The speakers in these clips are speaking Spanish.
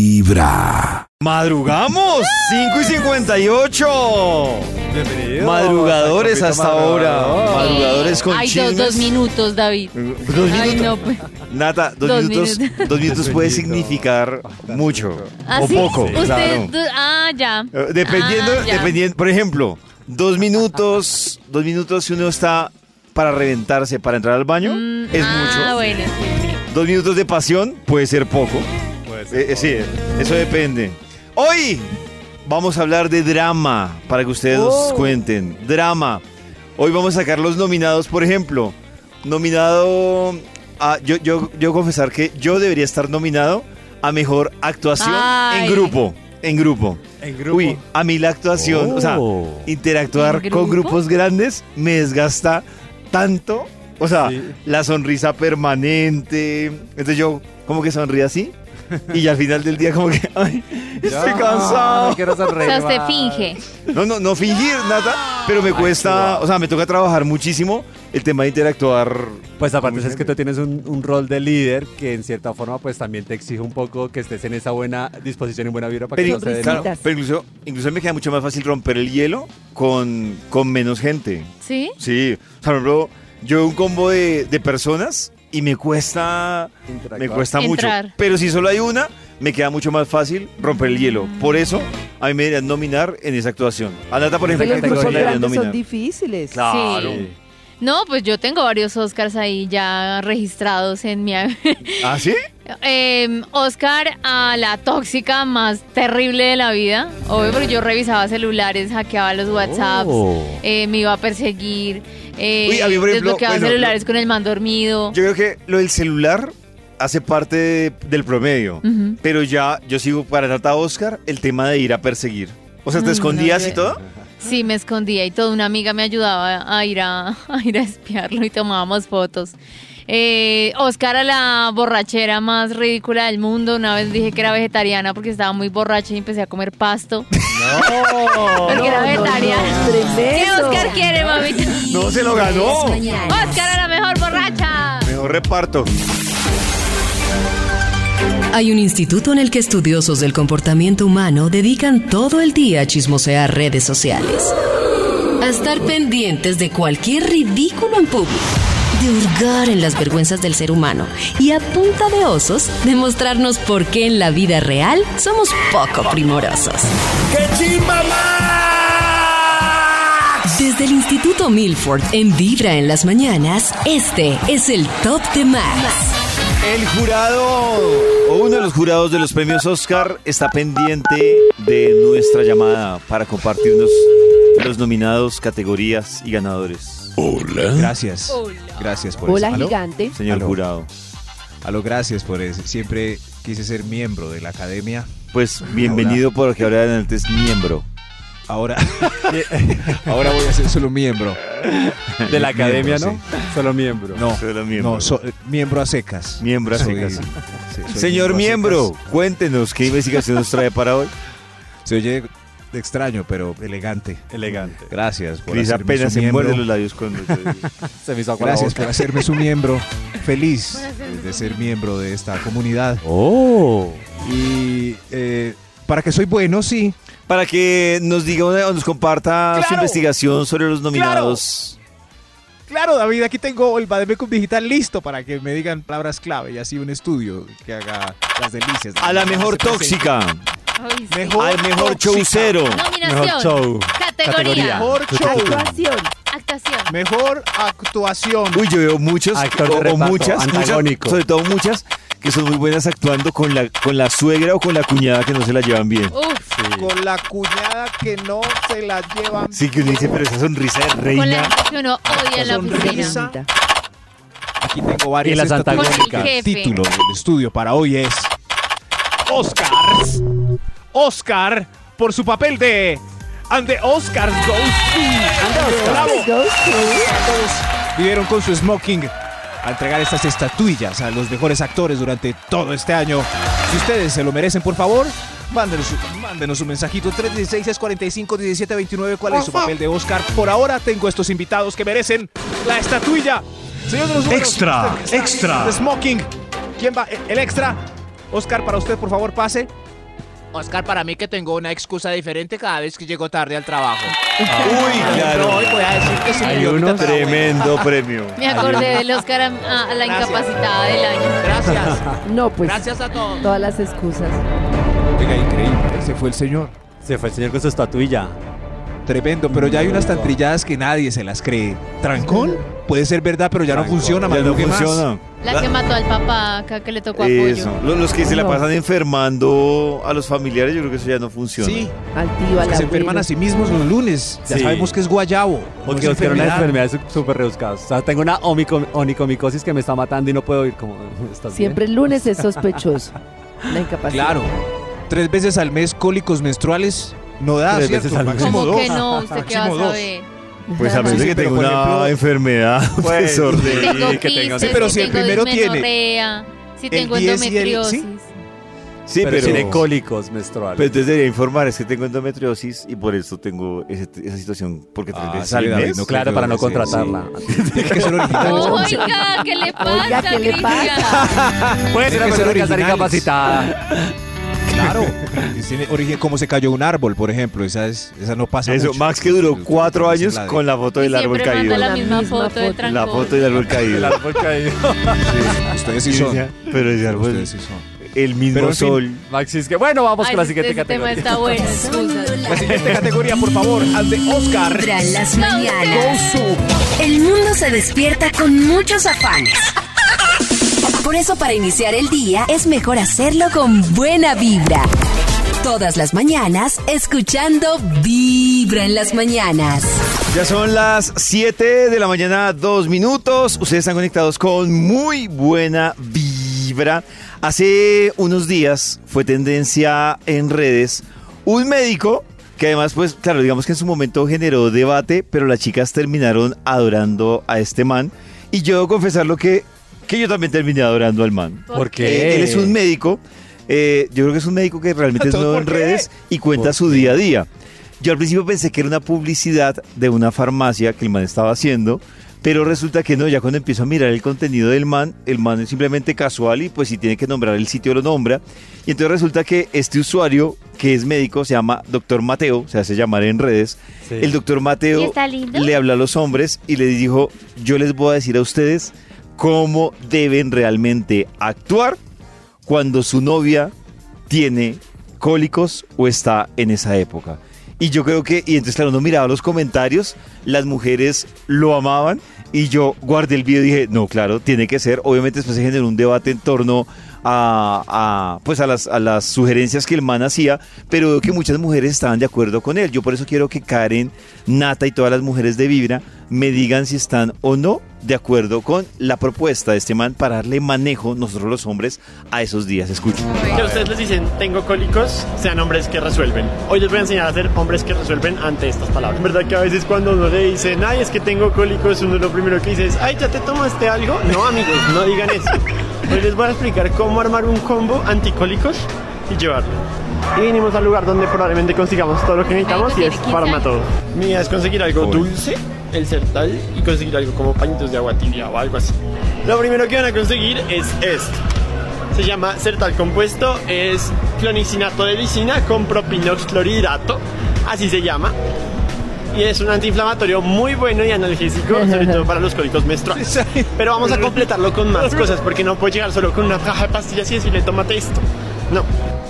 vibra. Madrugamos, 5 y 58. Bienvenido. Madrugadores hasta ahora. Madrugadores con Hay dos, chismes. dos minutos, David. Dos Ay, minutos. no, pues. Nata, dos, Dos minutos, minutos. dos minutos puede Bendito. significar mucho ¿Ah, o sí? poco. Usted, claro. tú- ah, ya. Eh, Dependiendo, Ah, ya. dependiendo, por ejemplo, dos minutos, dos minutos si uno está para reventarse, para entrar al baño, Mm, es ah, mucho. bueno. sí, sí. Dos minutos de pasión puede ser poco. Eh, eh, sí, eso depende. Hoy vamos a hablar de drama, para que ustedes nos Oh. cuenten. Drama. Hoy vamos a sacar los nominados, por ejemplo. Nominado a... Yo, yo, yo confesar que yo debería estar nominado a Mejor Actuación Ay. en grupo. En grupo. En grupo. Oh. Uy, a mí la actuación, o sea, interactuar ¿En con grupo? grupos grandes me desgasta tanto. O sea, Sí. la sonrisa permanente. Entonces yo como que sonríe así y ya al final del día como que, ay, Oh, estoy cansado. Ah, No quiero O sonreír sea, usted más. finge. No, no, no fingir nada, pero me cuesta, o sea, me toca trabajar muchísimo el tema de interactuar. Pues aparte Muy es que tú tienes un, un rol de líder que en cierta forma pues también te exige un poco que estés en esa buena disposición y buena vibra para que Pero, no se den- claro, pero incluso, incluso me queda mucho más fácil romper el hielo con, con menos gente. ¿Sí? Sí, o sea, por ejemplo, yo veo un combo de, de personas y me cuesta, me Interactuar. cuesta mucho. Entrar. Pero si solo hay una, me queda mucho más fácil romper el hielo. Mm. Por eso, a mí me deberían nominar en esa actuación. A Nata, por Pero los ejemplo, ¿qué grupos categoría deberían grandes son deberían nominar? difíciles. Claro. Sí. No, pues yo tengo varios Oscars ahí ya registrados en mi... ¿Ah, sí? Eh, Oscar a la tóxica más terrible de la vida. Obvio, porque yo revisaba celulares, hackeaba los WhatsApps, eh, me iba a perseguir, eh, Oh. Uy, a mí, por ejemplo, desbloqueaba bueno, celulares con el man dormido. Yo creo que lo del celular hace parte de- del promedio. Ujú. Pero ya, yo sigo para Nata Oscar el tema de ir a perseguir. O sea, Mm, te no, escondías y yo- todo. Sí, me escondía y toda una amiga me ayudaba a ir a, a ir a espiarlo y tomábamos fotos. Eh, Oscar a la borrachera más ridícula del mundo. Una vez dije que era vegetariana porque estaba muy borracha y empecé a comer pasto. No, porque era vegetariana. ¿Qué Tremendo. Oscar quiere, mamita? No, se lo ganó. Oscar a la mejor borracha. Mejor reparto. Hay un instituto en el que estudiosos del comportamiento humano dedican todo el día a chismosear redes sociales. A estar pendientes de cualquier ridículo en público. De hurgar en las vergüenzas del ser humano. Y a punta de osos, demostrarnos por qué en la vida real somos poco primorosos. Desde el Instituto Milford, en Vibra en las mañanas, este es el Top de Max. El jurado, o uno de los jurados de los premios Oscar, está pendiente de nuestra llamada para compartirnos los nominados, categorías y ganadores. Hola. Gracias. Gracias por Hola eso. ¿Aló? gigante. Señor Aló. jurado, Aló, gracias por eso. Siempre quise ser miembro de la academia. pues bienvenido porque ahora en adelante es miembro. Ahora, ahora voy a ser solo miembro. De la academia, Miembro, ¿no? Solo miembro. No, Solo miembro. no, so- eh, miembro a secas. Miembro a Soy- secas. sí, soy Señor a miembro, secas. cuéntenos qué investigación nos trae para hoy. Se oye extraño, pero elegante. Elegante. Gracias por Cris hacerme apenas su se miembro. muerde los labios cuando... Se me hizo agua la Gracias boca. por hacerme su miembro. Feliz Por hacerme de su ser miembro de esta comunidad. Oh. Y eh, para que soy bueno, sí. Para que nos diga o nos comparta su investigación sobre los nominados. Claro, David, aquí tengo el Bademecum Digital listo para que me digan palabras clave y así un estudio que haga las delicias. A la mejor tóxica. Ay, sí. Mejor al mejor tóxica. showcero, Nominación. show. Categoría. Mejor show. Actuación. Actuación. Mejor actuación. Uy, yo veo muchos, Actor de o- o, reparto, muchas, muchas, antagónico. sobre todo muchas, que son muy buenas actuando con la, con la suegra o con la cuñada que no se la llevan bien. Uf, Con la cuñada que no se la llevan. Sí, que uno dice, pero esa sonrisa de con la reina. que uno odia en la oficina. Tremenda. Aquí tengo varias Y las estatuillas. antagónicas. Con el El jefe. título del estudio para hoy es Oscars. Oscar por su papel de And the Oscars Goes to. Bravo. Goes to- Vivieron con su smoking a entregar estas estatuillas a los mejores actores durante todo este año. Si ustedes se lo merecen, por favor, mándenos, su- mándenos un mensajito 316-645-1729. ¿Cuál es su papel de Oscar? Por ahora tengo estos invitados que merecen la estatuilla. Señor de los números, Extra, usted que está- extra. de smoking. ¿Quién va? El extra. Oscar, para usted, por favor, pase. Oscar, para mí que tengo una excusa diferente cada vez que llego tarde al trabajo. Uy, Pero claro. hoy voy a decir que sí. Hay me uno dio tanta buena. Tremendo premio. Me acordé del Oscar a, a- a la Gracias. incapacitada del año. Gracias. No, pues Gracias a todos. todas las excusas. Oiga, increíble. Ese fue el señor. Se fue el señor con su estatuilla. Tremendo, pero ya hay unas tan trilladas que nadie se las cree. Trancón puede ser verdad, pero ya Trancón. no funciona, Ya no madrugue más. funciona. La que mató al papá acá que le tocó apoyo. Eso. Lo- Los que se la No. pasan enfermando a los familiares, yo creo que eso ya no funciona. Sí, Al tío, los al que se enferman abuelo. a sí mismos los lunes. Ya Sí. sabemos que es guayabo. no Porque es buscaron unas enfermedad. enfermedades sú- súper rebuscadas. O sea, tengo una omico- onicomicosis que me está matando y no puedo ir como. ¿estás bien? ¿eh? Siempre el lunes es sospechoso. La incapacidad. Claro. Tres veces al mes cólicos menstruales no da, Tres ¿cierto? veces al mes. Máximo ¿Cómo que dos. no? ¿Usted qué va a Máximo dos. saber? Pues a menos Sí, que pero tenga por una ejemplo- enfermedad, Pues, pues, Si orden. tengo que tenga- quistes, Sí, pero si el tengo primero tiene dismenorrea, Si el tengo 10 y el- endometriosis. ¿sí? Sí, pero, pero, tiene cólicos menstruales. pero entonces debería informar, es que tengo endometriosis y por eso tengo ese- esa situación, porque tres Ah, veces sí, al David, mes. no claro, creo para que no sí, sí. contratarla. Tiene que ser original. Oiga, ¿qué le pasa, Oiga, ¿qué le Cristian? Puede ser una Tiene que persona ser que está originales. incapacitada. Claro. Tiene origen- Como se cayó un árbol, por ejemplo. Esa, es, esa no pasa Eso, mucho. Max que duró cuatro Esa es años la de- con la foto del Y árbol siempre caído. manda la La misma misma foto de foto. trancón. La foto del árbol caído. árbol caído. Ustedes sí son. Pero ese árbol, Ustedes sí son. el Pero, mismo en fin. sol. Maxi, es que bueno, vamos Ay, con la este- siguiente este tema categoría. está bueno. excusas. La siguiente categoría, por favor, al de Oscar. Vibra en las mañanas. El mundo se despierta con muchos afanes. Por eso para iniciar el día es mejor hacerlo con buena vibra. Todas las mañanas escuchando Vibra en las mañanas. Ya son las 7 de la mañana, dos minutos. Ustedes están conectados con muy buena vibra. Hace unos días fue tendencia en redes un médico que además, pues, claro, digamos que en su momento generó debate, pero las chicas terminaron adorando a este man. Y yo debo confesarlo que, que yo también terminé adorando al man. ¿Por Eh, qué? él es un médico. eh, yo creo que es un médico que realmente es ¿Todo nuevo en por qué? redes y cuenta ¿Por su día a día. Yo al principio pensé que era una publicidad de una farmacia que el man estaba haciendo, pero resulta que no. Ya cuando empiezo a mirar el contenido del man, el man es simplemente casual y pues si tiene que nombrar el sitio lo nombra. Y entonces resulta que este usuario que es médico se llama Doctor Mateo, se hace llamar en redes. Sí. El doctor ¿Y Mateo está lindo? le habló a los hombres y les dijo, yo les voy a decir a ustedes cómo deben realmente actuar cuando su novia tiene cólicos o está en esa época. Y yo creo que, y entonces claro, uno miraba los comentarios, las mujeres lo amaban y yo guardé el video y dije, no, claro, tiene que ser. Obviamente después se generó un debate en torno a, a, pues a, las, a las sugerencias que el man hacía, pero veo que muchas mujeres estaban de acuerdo con él. Yo por eso quiero que Karen, Nata y todas las mujeres de Vibra me digan si están o no de acuerdo con la propuesta de este man para darle manejo nosotros los hombres a esos días. Escuchen. Que a ustedes les dicen, tengo cólicos, sean hombres que resuelven. Hoy les voy a enseñar a ser hombres que resuelven ante estas palabras. En verdad que a veces cuando uno le dicen, ay, es que tengo cólicos, uno lo primero que dice es, ay, ¿ya te tomaste algo? No, amigos, no digan eso. Hoy les voy a explicar cómo armar un combo anticólicos y llevarlo. Y vinimos al lugar donde probablemente consigamos todo lo que necesitamos Ay, y no es tiene 15 para años. todo. Mi idea es conseguir algo dulce, el sertal y conseguir algo como pañitos de agua tibia o algo así. Lo primero que van a conseguir es esto. Se llama Sertal compuesto, es clonicinato de lisina con propinox clorhidrato, así se llama. Y es un antiinflamatorio muy bueno y analgésico, sobre todo para los cólicos menstruales. Pero vamos a completarlo con más cosas, porque no puedo llegar solo con una caja de pastillas y decirle, tómate esto. No.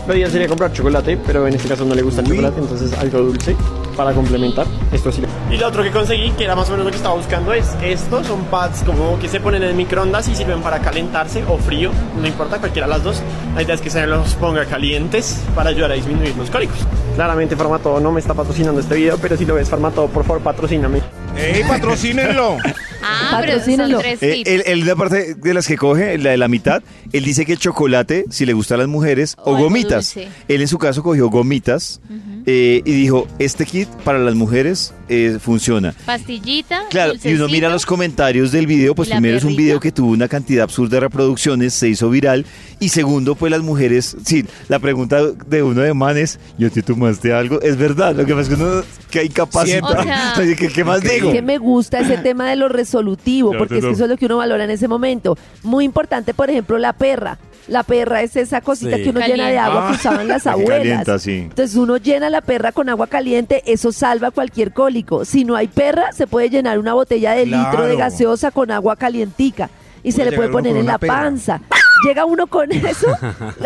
Lo ideal sería comprar chocolate, pero en este caso no le gusta el chocolate, entonces algo dulce para complementar. Esto sí. Y lo otro que conseguí, que era más o menos lo que estaba buscando, es estos son pads como que se ponen en el microondas y sirven para calentarse o frío, no importa, cualquiera de las dos. La idea es que se los ponga calientes para ayudar a disminuir los cólicos. Claramente Farmatodo no me está patrocinando este video, pero si lo ves Farmatodo, por favor, patrocíname. ¡Ey, patrocínenlo! Ah, pero esos son Patrocínenlo. tres Eh, tips. él, él, la parte de las que coge, la de la mitad, él dice que chocolate, si le gusta a las mujeres, o, O algo gomitas. dulce. Él en su caso cogió gomitas eh, y dijo, este kit para las mujeres eh, funciona. Pastillita, Claro, y uno mira dulcecito. los comentarios del video, pues Y la primero es un perrita. video que tuvo una cantidad absurda de reproducciones, se hizo viral, y segundo, pues las mujeres, sí, la pregunta de uno de manes, ¿yo te tomaste algo? Es verdad, lo que pasa es que uno que incapacita. Siempre. O sea- Entonces, ¿qué, qué más digo? Es que me gusta ese tema de lo resolutivo, Ya, porque te es que tomo. eso es lo que uno valora en ese momento. Muy importante, por ejemplo, la perra. La perra es esa cosita Sí. que uno llena de Caliente. agua que usaban las Que abuelas. calienta, sí. Entonces uno llena la perra con agua caliente, eso salva cualquier cólico. Si no hay perra, se puede llenar una botella de litro de Claro. gaseosa con agua calientica y se Puede le puede llegar uno poner con en una la perra. panza. Llega uno con eso,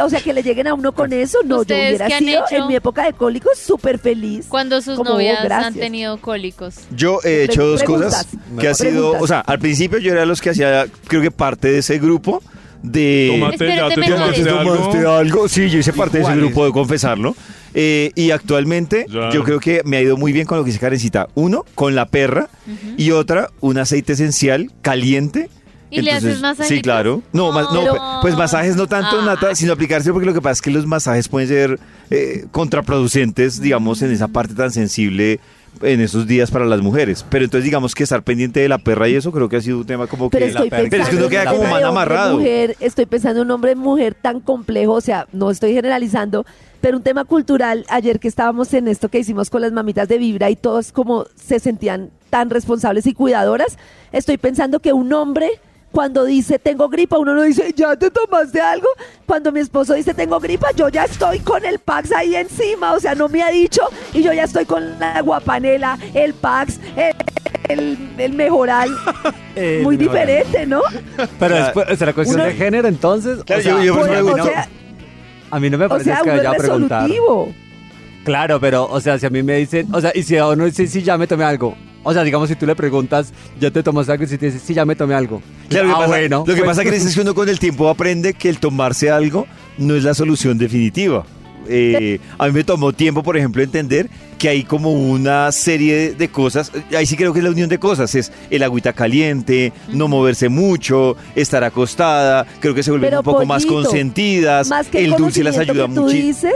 o sea que le lleguen a uno con eso, no, yo ¿Ustedes hubiera qué han sido hecho? en mi época de cólicos súper feliz. Cuando sus Como, novias han gracias. tenido cólicos. Yo he hecho dos Preguntas. cosas que ha sido, Preguntas. o sea, al principio yo era los que hacía, creo que parte de ese grupo de... Espérate, mejores. ¿Tú tomaste algo? Sí, yo hice parte de ese cuáles? grupo, de confesarlo. Eh, y actualmente Ya. yo creo que me ha ido muy bien con lo que hice Karencita. Uno, con la perra. Y otra, un aceite esencial caliente. ¿Y le haces masajitos? Sí, claro. No, mas- no, Pero- pe- pues masajes no tanto, Ah. Nata, sino aplicarse porque lo que pasa es que los masajes pueden ser eh, contraproducentes, digamos, en esa parte tan sensible en esos días para las mujeres. Pero entonces digamos que estar pendiente de la perra y eso creo que ha sido un tema como Pero que... estoy pensando Pero es que uno en queda un como tema de man hombre, amarrado. Mujer, estoy pensando en un hombre mujer tan complejo, o sea, no estoy generalizando, pero un tema cultural, ayer que estábamos en esto que hicimos con las mamitas de Vibra y todos como se sentían tan responsables y cuidadoras, estoy pensando que un hombre cuando dice tengo gripa, uno no dice ya te tomaste algo. Cuando mi esposo dice tengo gripa, yo ya estoy con el Pax ahí encima, o sea, no me ha dicho y yo ya estoy con la guapanela, el Pax, el, el, el mejoral. Eh, Muy no, no. diferente, ¿no? Pero después, es la cuestión Uno- de género, entonces. Claro, yo- yo por eso a, Bueno, mí o no, sea, a mí no me o parece sea, que uno es vaya a preguntar. resolutivo. Claro, pero, o sea, si a mí me dicen, o sea, y si a uno dice, sí, ya me tomé algo. O sea, digamos, si tú le preguntas, ya te tomas algo, y si te dice, sí, ya me tomé algo. Claro, lo Ah, que, pasa, bueno, lo que pues- pasa, Cris, es que uno con el tiempo aprende que el tomarse algo no es la solución definitiva. Eh, a mí me tomó tiempo, por ejemplo, entender que hay como una serie de cosas, eh, ahí sí creo que es la unión de cosas, es el agüita caliente, no moverse mucho, estar acostada, creo que se vuelven Pero, un poco más pollito, consentidas, Más que el, el dulce las conocimiento ayuda que tú muchísimo. dices,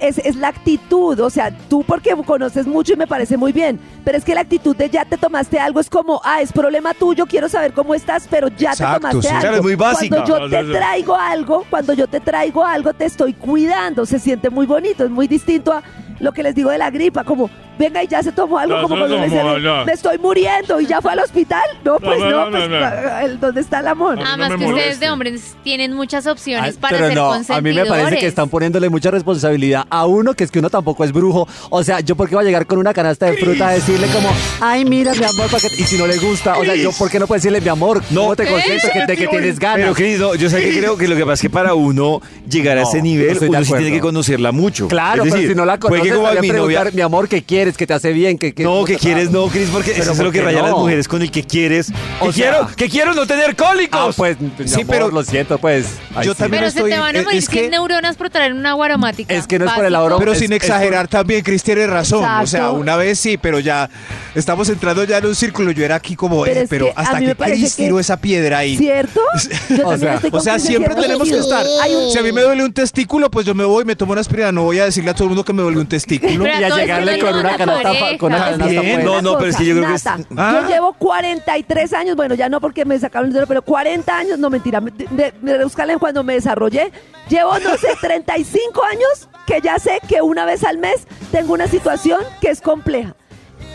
es, es la actitud. O sea, tú porque conoces mucho y me parece muy bien, pero es que la actitud de ya te tomaste algo es como, ah, es problema tuyo, quiero saber cómo estás, pero ya te Exacto, tomaste sí. algo. Claro, es muy básica. Cuando yo No, te no, no. traigo algo, cuando yo te traigo algo, te estoy cuidando. Se siente muy bonito, es muy distinto a lo que les digo de la gripa, como, venga y ya se tomó algo, No, como no, cuando uno no, dice, no. me estoy muriendo y ya fue al hospital. No, pues no, no, no, pues, no, no. el- ¿dónde está el amor? No, no Además me Ah, que ustedes moleste. de hombres tienen muchas Ay, opciones para Ah, pero ser no, a mí me consentidores. parece que están poniéndole mucha responsabilidad a uno que es que uno tampoco es brujo. O sea, yo porque voy a llegar con una canasta de fruta a decirle como, ay, mira, mi amor, para que-" y si no le gusta, o sea, yo porque no puedo decirle, mi amor, no te consiento que, te- que tienes ganas. Pero Cris, no, yo sé que creo que lo que pasa es que para uno llegar a No, ese no nivel, estoy de uno sí acuerdo. tiene que conocerla mucho. Claro, Es decir, pero si no la puede conoces, que como a debería mi novia- preguntar, mi amor, ¿qué quieres? ¿Que te hace bien? ¿Qué, qué- No, que quieres, no, Cris, porque Pero eso es ¿por lo que qué rayan las no? mujeres con el que quieres. O que sea- quiero, que quiero no tener cólicos. Ah, pues, mi sí, amor, pero lo siento, pues. Ay, Yo sí. también Pero estoy- se te van a es- morir es 100 que- neuronas por traer una agua aromática. Es que no es por el Básico. aroma, Pero es- sin es por- exagerar también, Cris tiene razón. O sea, Exacto. una vez sí, pero ya estamos entrando ya en un círculo. Yo era aquí como, eh, Pero pero, es que a hasta mí me que parece Cris que- tiró esa piedra ahí. ¿Cierto? Yo también sea, estoy O sea, con Cris en siempre cierto tenemos que sentido. estar. Hay un- Si a mí me duele un testículo, pues yo me voy, me tomo una aspirina. No voy a decirle a todo el mundo que me duele un testículo. Pero a Y a todos llegarle les con duele una la canasta, fa- con una oreja. canasta Bien, fuerte. no, no, pues, pero es que yo creo que es- Nata, Ah. Yo llevo 43 años, bueno, ya no porque me sacaron el dinero, pero 40 años, no mentira, me, me, me buscarle cuando me desarrollé. Llevo, no sé, 35 años que ya sé que una vez al mes tengo una situación que es compleja.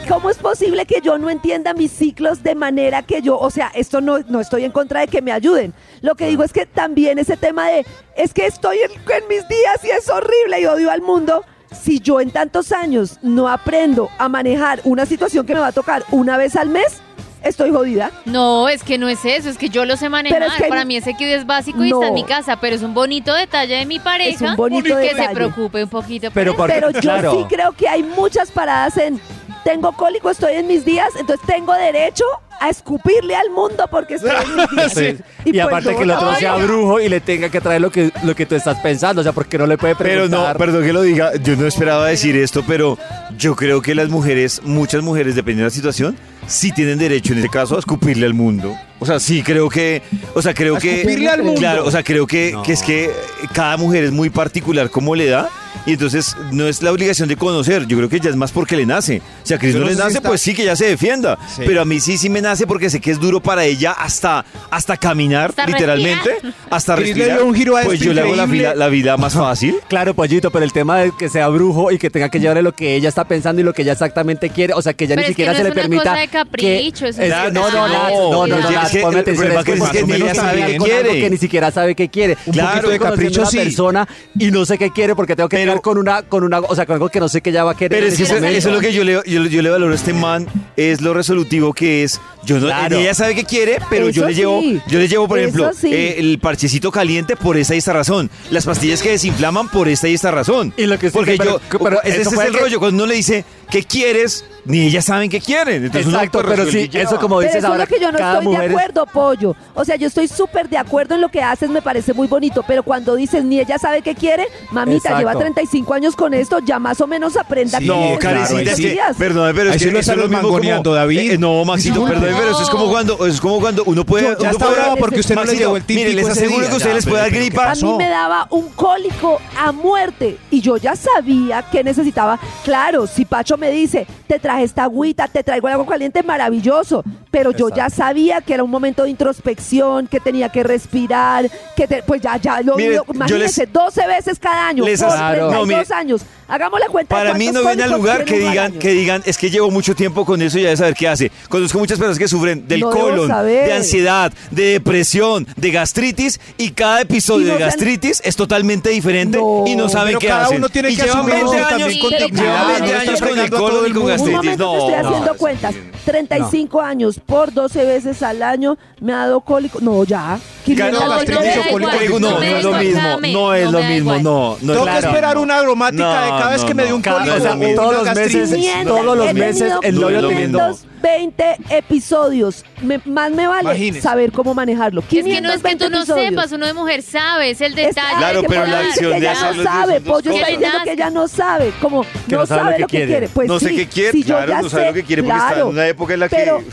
¿Cómo es posible que yo no entienda mis ciclos de manera que yo, o sea, esto no, no estoy en contra de que me ayuden? Lo que digo es que también ese tema de, es que estoy en, en mis días y es horrible y odio al mundo. Si yo en tantos años no aprendo a manejar una situación que me va a tocar una vez al mes, estoy jodida. No, es que no es eso, es que yo lo sé manejar. Pero es que- Para mí ese que es básico y No. está en mi casa, pero es un bonito detalle de mi pareja Es un bonito que detalle. se preocupe un poquito. Pero por por- eso. Pero yo claro. sí creo que hay muchas paradas en, tengo cólico, estoy en mis días, entonces tengo derecho a escupirle al mundo porque estoy en mis días. Sí. Y, pues aparte yo que el otro no- sea brujo y le tenga que traer lo que, lo que tú estás pensando. O sea, porque no le puede Pero preguntar. no, perdón que lo diga, yo no esperaba decir esto, pero yo creo que las mujeres, muchas mujeres, dependiendo de la situación, sí tienen derecho en este caso a escupirle al mundo. O sea, sí creo que, o sea, creo ¿A que escupirle al mundo? Claro, o sea, creo que, que es que cada mujer es muy particular cómo le da Y entonces no es la obligación de conocer, yo creo que ya es más porque le nace. Si a Cris Yo no no le sé si nace, está- pues sí que ya se defienda. Sí. Pero a mí sí, sí me nace porque sé que es duro para ella hasta, hasta caminar, Hasta literalmente, respirar. hasta Cris le respirar. dio un giro a pues esto yo le hago la increíble. vida, la vida más fácil. este Claro, pollito, pero el tema de que sea brujo y que tenga que llevarle lo que ella está pensando y lo que ella exactamente quiere, o sea, que ya Pero ni es que siquiera no se es le una permita. cosa de capricho, que- es una es que- no, no, cosa Nat, de no, no, cuidado. Nat, Es que ponme el atención, problema es que es que más o ni menos sabe ella sabe algo qué quiere. que ni siquiera sabe qué quiere. Un Yo poquito estoy de conociendo capricho, a una sí. persona y no sé qué quiere porque tengo que Pero- llegar con una, con una, o sea, con algo que no sé que ella va a querer. Pero en es que ese eso, momento. eso es lo que yo le, yo, le- yo le valoro a este man, es lo resolutivo que es. Yo no, Claro. Ella sabe que quiere, pero yo Eso le llevo, sí. yo le llevo, por Eso ejemplo, sí. eh, el parchecito caliente por esta y esta razón. Las pastillas que desinflaman por esta y esta razón. Y lo que sí, Porque pero- yo, pero ese eso es fue el que- rollo, cuando uno le dice, ¿qué quieres? Ni ellas saben qué quieren. Entonces uno, Exacto, pues, pero resuelve sí, y ya. eso como Pero dices eso es ahora, lo que yo no cada estoy mujer de es- acuerdo, Pollo. O sea, yo estoy súper de acuerdo en lo que haces, me parece muy bonito, pero cuando dices ni ella sabe qué quiere, mamita, Exacto. lleva 35 años con esto, ya más o menos aprenda Sí, qué No, quiere claro, en Karencita, ahí cinco es sí. que, días. perdóname, pero Ahí es sí que lo eso es están lo mismo mangoneando, como- David. Eh, no, Maxito, No. perdóname, pero eso es como cuando, es como cuando uno puede... Yo- uno Ya está puede- brava porque usted no le Maxito, llegó el típico Mire, les ese aseguro Pues, día. que a ustedes Ya, les pero- puede dar pero ¿qué gripa. A mí pasó? me daba un cólico a muerte y yo ya sabía que necesitaba. Claro, si Pacho me dice, te traje esta agüita, te traigo el agua caliente, maravilloso. Pero yo ya sabía que era un momento de introspección, que tenía que respirar, que te- pues ya, ya lo Mire, digo. yo Imagínense, 12 veces cada año, les por aseguro- Claro. No, mire, 32 años. Hagamos la cuenta. de Para mí cuántos no viene al cólicos lugar que tiene uno al digan, año. que digan, es que llevo mucho tiempo con eso y ya de saber qué hace. Conozco muchas personas que sufren del No debo colon, saber. de ansiedad, de depresión, de gastritis y Y cada episodio no de se han- gastritis es totalmente diferente No. y no saben Pero qué cada hacen. uno tiene y que llevan asumir 20 eso años, también con pero llevan claro, 20 no está años con el fregando a todo colon y el con mundo. Un gastritis. momento te estoy No. haciendo cuentas. 35 años por 12 veces al año me ha dado cólico. No, ya. Claro, No, gastritis no me da o colon- igual, no, no me no da es lo igual. mismo, Dame, no es no lo me da mismo, igual. no. no es Tengo lo que mismo. esperar una aromática de No, cada vez no, que me dio un no. Cada- cólico. o sea, o una todos los gastritis. meses, Mienten, todos he los meses tenido el No es novio lo te mismo. 520 episodios. Me- más me vale Imagínese. saber cómo manejarlo. Es que no es que 520 tú no episodios. sepas, uno de mujer sabe, es el Es- detalle. Claro, ay, que pero por la ahí dice acción que de ella hacerlo no es sabe, un dos Pollo cosas. está Que le Pues diciendo que nazca. ella no sabe, como Que no, no sabe lo que quiere. Pues No sé sí, qué quiere, si yo claro, ya no sabe sé, lo que quiere porque está claro, en una época en la que- pero,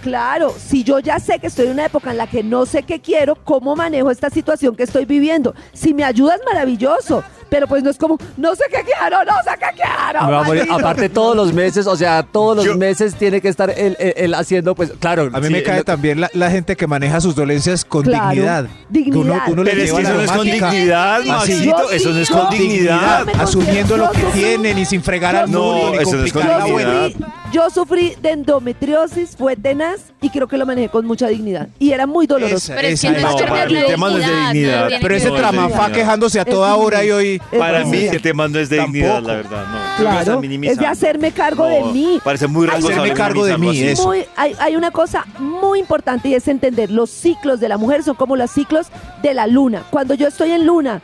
Claro, si yo ya sé que estoy en una época en la que no sé qué quiero, ¿cómo manejo esta situación que estoy viviendo? Si me ayudas, maravilloso. Pero pues no es como, no sé qué quiero, no sé qué quiero. Me va a morir. maldito. Aparte todos los meses, o sea, todos los Yo- meses tiene que estar él, él- él haciendo, pues, claro. A mí sí, me cae lo- también la, la gente que maneja sus dolencias con Claro, dignidad. dignidad. Que Uno, uno le Pero es lleva que la eso no es con aromática. dignidad, Así. Maxito, Yo eso no es sí, con yo- dignidad. me asumiendo lo que considero- tienen y sin fregar yo al mundo No, ni eso no es complicar Yo la dignidad. vuelta. sufrí, yo sufrí de endometriosis, fue tenaz y creo que lo manejé con mucha dignidad. Y era muy doloroso. Pero es que Esa no No, es para perder mí la el tema no es de dignidad, dignidad. tiene Pero que ese ver. tramafá dignidad. quejándose a Es toda hora y hoy. Es Para mí dignidad. el tema no es de Tampoco. dignidad, la verdad. No. Creo que lo Claro, están es minimizando. de hacerme cargo de No, mí. Parece muy Ay, responsable. Hacerme cargo de minimizarlo mí, así. eso. Muy- hay, hay una cosa muy importante y es entender los ciclos de la mujer son como los ciclos de la luna. Cuando yo estoy en luna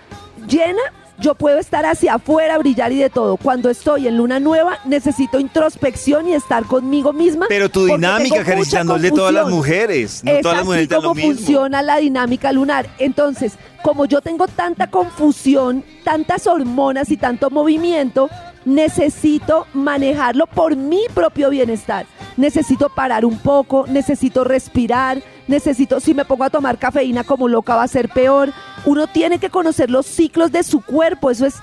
llena, yo puedo estar hacia afuera, brillar y de todo. Cuando estoy en luna nueva, necesito introspección y estar conmigo misma. Pero tu porque dinámica, tengo mucha Karencita, no es de todas las confusión. mujeres. No es todas las así mujeres dan como lo mismo. funciona la dinámica lunar. Entonces, como yo tengo tanta confusión, tantas hormonas y tanto movimiento, necesito manejarlo por mi propio bienestar. Necesito parar un poco, necesito respirar, necesito, si me pongo a tomar cafeína como loca va a ser peor. Uno tiene que conocer los ciclos de su cuerpo, eso es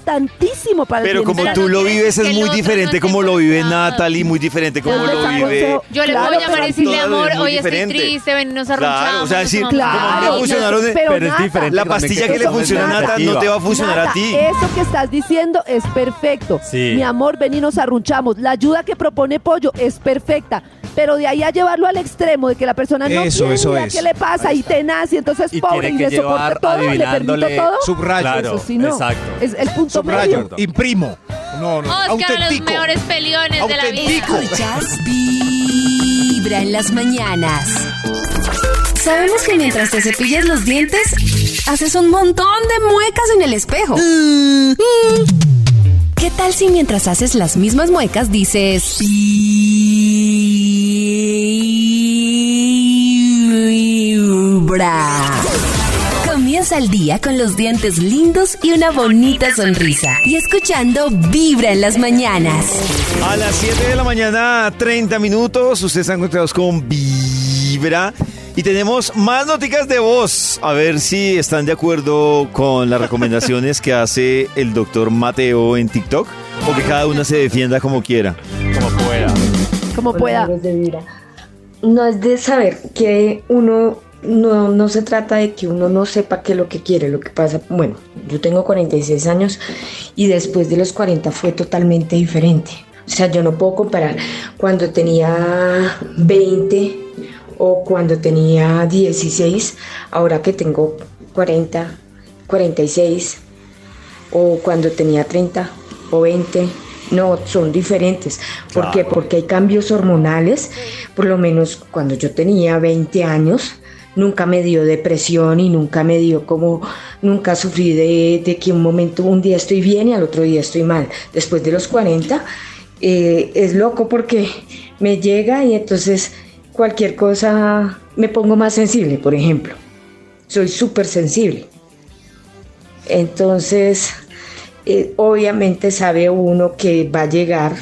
importantísimo para Pero el como bienestar. tú lo no quiere vives decir es que el muy otro no diferente esté como lo vive involucrado. Natalie, muy diferente como Yo lo les vive. aconsejo- Yo le Claro, puedo llamar pero y decirle, todas amor, es muy hoy estoy diferente. triste, ven, nos Claro, arrunchamos. o sea, nos decir, tomamos como algo". no funcionaron en- Pero Pero es nada, diferente. La también pastilla que le eso- funciona a nada, Nata no te va a funcionar Nata, a ti. Eso que estás diciendo es perfecto. Sí. Mi amor, ven y nos arrunchamos. La ayuda que propone Pollo es perfecta. Pero de ahí a llevarlo al extremo de que la persona no Eso, tiene eso idea es. qué le pasa y tenaz y entonces Y pobre tiene y que le soporta llevar todo, le permito adivinándole- todo. Subrayo. Claro, Eso sí, no. exacto. Es el punto Subrayo. medio. Imprimo. No, no. Oscar, los Auténtico. mejores peliones de la vida. Auténtico. Escuchas Vibra en las mañanas. Sabemos que mientras te cepillas los dientes, haces un montón de muecas en el espejo. ¿Qué tal si mientras haces las mismas muecas dices Vibra? Comienza el día con los dientes lindos y una bonita sonrisa. Y escuchando Vibra en las mañanas. A las 7 de la mañana, 30 minutos, ustedes están conectados con Vibra. Y tenemos más noticas de voz. A ver si están de acuerdo con las recomendaciones que hace el doctor Mateo en TikTok. O que cada una se defienda como quiera. Como pueda. Hola, amigos de Vibra. No es de saber que uno no, no se trata de que uno no sepa qué es lo que quiere, lo que pasa, bueno, yo tengo 46 años y después de los 40 fue totalmente diferente. O sea, yo no puedo comparar cuando tenía 20 o cuando tenía 16, ahora que tengo 40, 46 o cuando tenía 30 o 20. No, son diferentes. ¿Por qué? Porque hay cambios hormonales. Por lo menos cuando yo tenía 20 años, nunca me dio depresión y nunca me dio como, nunca sufrí de, de que un momento, un día estoy bien y al otro día estoy mal. Después de los 40, eh, es loco porque me llega y entonces cualquier cosa me pongo más sensible, por ejemplo. Soy súper sensible. Entonces, eh, obviamente sabe uno que va a llegar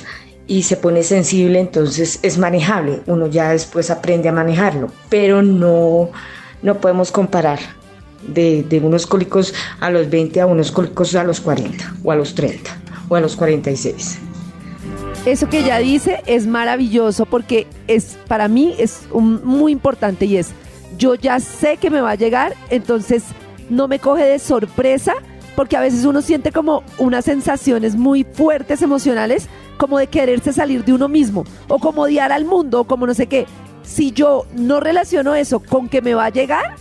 y se pone sensible, entonces es manejable. Uno ya después aprende a manejarlo, pero no, no podemos comparar de, de unos cólicos a los 20 a unos cólicos a los 40 o a los 30 o a los 46. Eso que ella dice es maravilloso porque es para mí es un- muy importante y es yo ya sé que me va a llegar, entonces no me coge de sorpresa porque a veces uno siente como unas sensaciones muy fuertes emocionales como de quererse salir de uno mismo o como odiar al mundo o como no sé qué. Si yo no relaciono eso con que me va a llegar,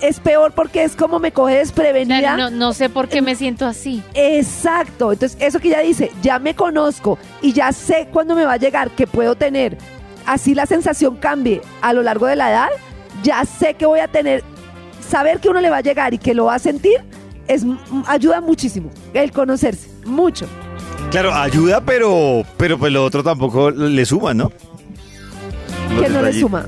es peor porque es como me coge desprevenida. Eh, Claro, no, no sé por qué me siento así. Exacto. Entonces, eso que ella dice, ya me conozco y ya sé cuándo me va a llegar, que puedo tener. Así la sensación cambie a lo largo de la edad, ya sé que voy a tener. Saber que uno le va a llegar y que lo va a sentir es m- ayuda muchísimo. El conocerse, mucho. Claro, ayuda, pero, pero pues lo otro tampoco le suma, ¿no? Los que no le detallitos. suma.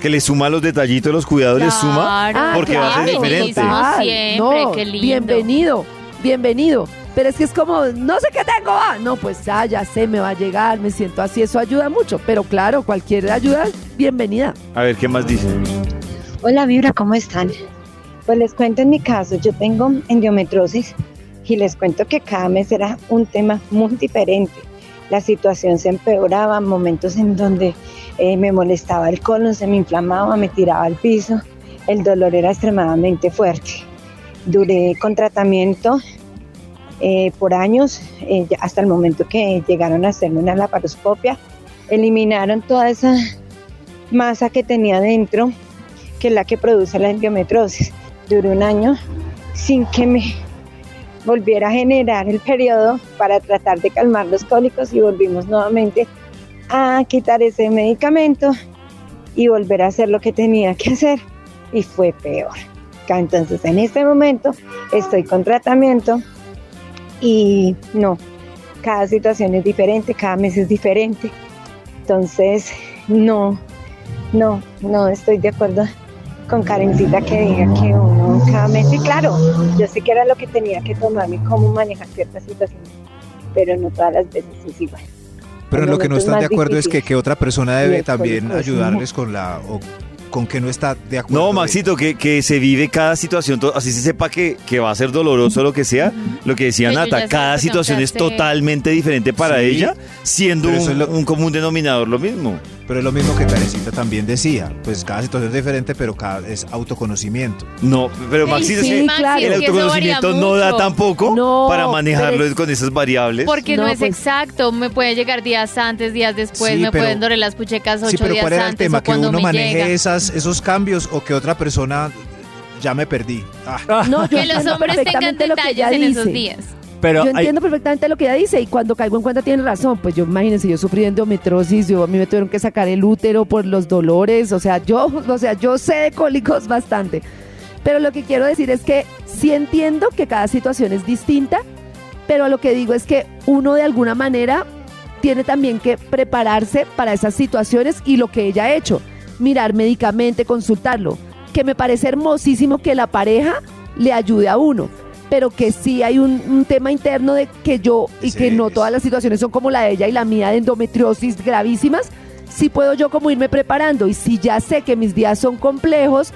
Que le suma los detallitos, los cuidados le suma. Claro, Ah, porque va a ser claro. diferente. Feminismo Total. siempre, No, qué lindo. Bienvenido, bienvenido. Pero es que es como, no sé qué tengo. ah, no, pues ah, ya sé, me va a llegar, me siento así. Eso ayuda mucho. Pero claro, cualquier ayuda, es bienvenida. A ver, ¿qué más dice? Hola Vibra, ¿cómo están? Pues les cuento en mi caso, yo tengo endometriosis y les cuento que cada mes era un tema muy diferente. La situación se empeoraba, momentos en donde eh, me molestaba el colon, se me inflamaba, me tiraba al piso, el dolor era extremadamente fuerte. Duré con tratamiento eh, por años, eh, ya hasta el momento que llegaron a hacerme una laparoscopia, eliminaron toda esa masa que tenía dentro que es la que produce la endometriosis. Duró un año sin que me volviera a generar el periodo para tratar de calmar los cólicos y volvimos nuevamente a quitar ese medicamento y volver a hacer lo que tenía que hacer y fue peor. Ca- Entonces en este momento estoy con tratamiento y no, cada situación es diferente, cada mes es diferente. Entonces no, no, no estoy de acuerdo con Karencita que diga que uno cada mes, y claro, yo sé que era lo que tenía que tomar y cómo manejar ciertas situaciones, pero no todas las veces es igual. Pero Hay lo que no momentos están de más acuerdo es que, difíciles. que otra persona Y debe es por también eso, ayudarles con la... o con que no está de acuerdo. No, Maxito, que, que se vive cada situación, to- así se sepa que, que va a ser doloroso lo que sea, lo que decía Pero ya Nata, sabes cada que situación tengo es que hacer- totalmente diferente para Sí. ella, siendo Pero eso un, es lo- un común denominador lo mismo. Pero es lo mismo que Karencita también decía. Pues cada situación es diferente, pero cada es autoconocimiento. No, pero Sí, Maxito, es sí, que claro. el es que eso varía autoconocimiento no da mucho. tampoco No, para pero manejarlo es- con esas variables. Porque no, No, es pues- exacto, me puede llegar días antes, días después, Sí, me pero- pueden doler las puchecas ocho Sí, pero días ¿cuál era el antes tema? o Que cuando uno me llega. maneje esas, esos cambios o que otra persona ya me perdí. Ah, No, yo Que los entiendo hombres tengan perfectamente lo que detalles ella en esos dice. días. Pero yo hay- entiendo perfectamente lo que ella dice y cuando caigo en cuenta tiene razón. Pues yo imagínense, yo sufrí de endometriosis, yo a mí me tuvieron que sacar el útero por los dolores, o sea, yo, o sea, yo sé de cólicos bastante. Pero lo que quiero decir es que sí entiendo que cada situación es distinta, pero lo que digo es que uno de alguna manera tiene también que prepararse para esas situaciones y lo que ella ha hecho, mirar médicamente, consultarlo, que me parece hermosísimo que la pareja le ayude a uno, pero que sí hay un, un tema interno de que yo y Sí, que no es- todas las situaciones son como la de ella y la mía de endometriosis gravísimas, sí puedo yo como irme preparando y si ya sé que mis días son complejos,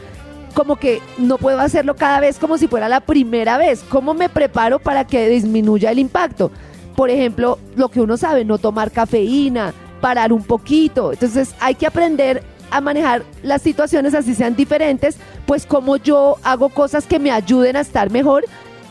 como que no puedo hacerlo cada vez como si fuera la primera vez. ¿Cómo me preparo para que disminuya el impacto? Por ejemplo, lo que uno sabe, no tomar cafeína, parar un poquito. Entonces hay que aprender a manejar las situaciones así sean diferentes, pues como yo hago cosas que me ayuden a estar mejor,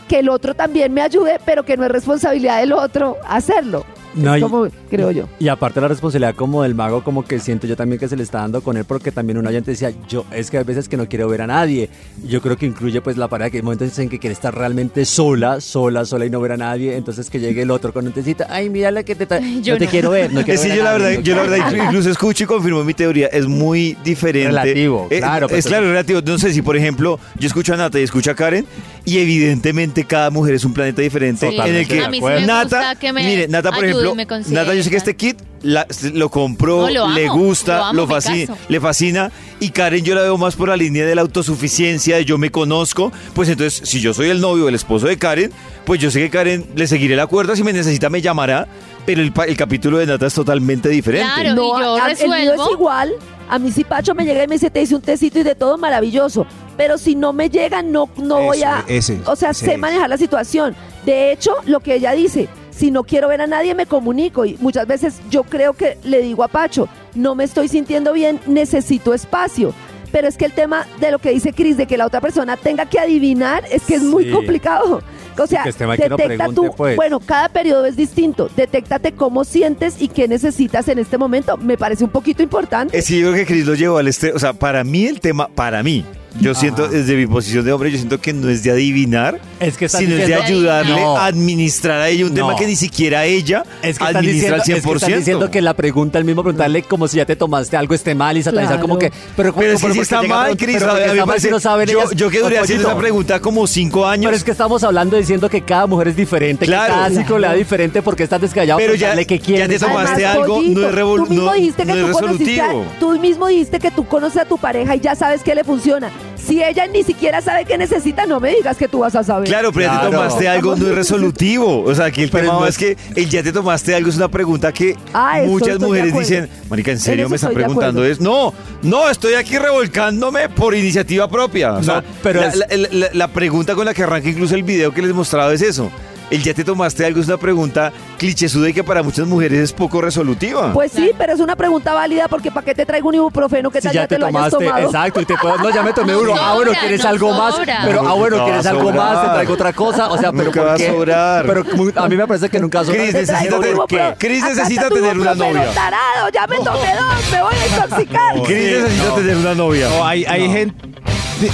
que el otro también me ayude, pero que no es responsabilidad del otro hacerlo. No, Es y- como creo yo. Y aparte la responsabilidad como del mago, como que siento yo también que se le está dando con él, porque también un oyente decía, yo es que hay veces que no quiero ver a nadie. Yo creo que incluye pues la pareja, que hay momentos en que quiere estar realmente sola, sola, sola y no ver a nadie. Entonces que llegue el otro con un tecito, ay, mira la que te... tra- Ay, yo no te no". quiero ver, no quiero Es que ver yo a la nadie, verdad, no yo la quiero ver a verdad nadie". incluso escucho y confirmo mi teoría. Es muy diferente. Eh, Relativo, claro, pues, Es pero- claro, relativo. No sé si, por ejemplo, yo escucho a Nata y escucho a Karen, y evidentemente cada mujer es un planeta diferente. Sí, En el que a mí sí me Nata, gusta que me mire, Nata, por ayuden, ejemplo, me consientan. Nata, yo sé que este kit la- lo compró, No, lo le amo, gusta, lo amo, me fascina, caso. le fascina. Y Karen, yo la veo más por la línea de la autosuficiencia, de yo me conozco. Pues entonces, si yo soy el novio o el esposo de Karen, pues yo sé que Karen le seguiré la cuerda. Si me necesita, me llamará. Pero el, pa- el capítulo de Nata es totalmente diferente. Claro, y yo a- El mío es resuelvo. igual. A mí si Pacho me llega y me dice, te hice un tecito y de todo, maravilloso. Pero si no me llega, no, no Eso, voy a... ese, o sea, ese sé es. manejar la situación. De hecho, lo que ella dice, si no quiero ver a nadie, me comunico. Y muchas veces yo creo que le digo a Pacho, no me estoy sintiendo bien, necesito espacio. Pero es que el tema de lo que dice Cris, de que la otra persona tenga que adivinar, es que es muy Sí. complicado. O sea, que este man que no detecta pregunte, tú, pues. bueno, cada periodo es distinto. Detéctate cómo sientes y qué necesitas en este momento. Me parece un poquito importante. Es que yo creo que Cris lo llevó al este. O sea, para mí el tema, para mí, yo siento desde mi posición de hombre, yo siento que no es de adivinar, Es que están sino es de diciendo- ayudarle No. a administrar a ella un tema No. que ni siquiera ella Es que, están administra diciendo, es que al 100%. están diciendo que la pregunta, el mismo preguntarle como si ya te tomaste algo esté mal y satanizar Claro. como que... Pero, pero es que ¿por si qué está llega mal, otro? Cris, Pero a porque ver, a mí está me mal si parece. no saben yo, ellas- yo que duré haciendo Pollito. esa pregunta como cinco años. Pero es que estamos hablando diciendo que cada mujer es diferente, Claro. que cada ciclo le da diferente porque estás descallado. Pero ya- preguntarle qué ya quieres. te tomaste algo, no es revol- tú mismo no- dijiste que no tú es conociste a- resolutivo. tú mismo dijiste que tú conoces a tu pareja y ya sabes qué le funciona. Si ella ni siquiera sabe qué necesita, no me digas que tú vas a saber. Claro, pero ya te Claro. tomaste algo no es resolutivo. O sea, que el Pero tema no es es- que el ya te tomaste algo es una pregunta que Ah, eso muchas estoy de mujeres acuerdo. dicen, Marica, ¿en serio eso me están estoy de preguntando acuerdo. es No, no, estoy aquí revolcándome por iniciativa propia. O sea, No, pero la, es- la- la- la- la pregunta con la que arranca incluso el video que les mostraba es eso. El ya te tomaste algo es una pregunta clichésuda y que para muchas mujeres es poco resolutiva. Pues sí, pero es una pregunta válida porque ¿para qué te traigo un ibuprofeno que Si tal ya te lo hayas tomaste, tomado? exacto, y te puedo, no, ya me tomé Nos uno, ah, bueno, sobra, quieres nos algo sobra. más, pero, ah, bueno, Nunca quieres va a algo más, te sobrar. traigo otra cosa, o sea, pero Nunca ¿por va a qué? sobrar. Pero como- a mí me parece que nunca sobra. Cris, Te necesita traigo un tener- ibuprofeno. Cris Acá necesita está tu tener una ibuprofeno, novia. pues, tarado, ya me tomé dos, me voy a intoxicar. Cris Sí, necesita no. tener una novia. No, hay, hay gente.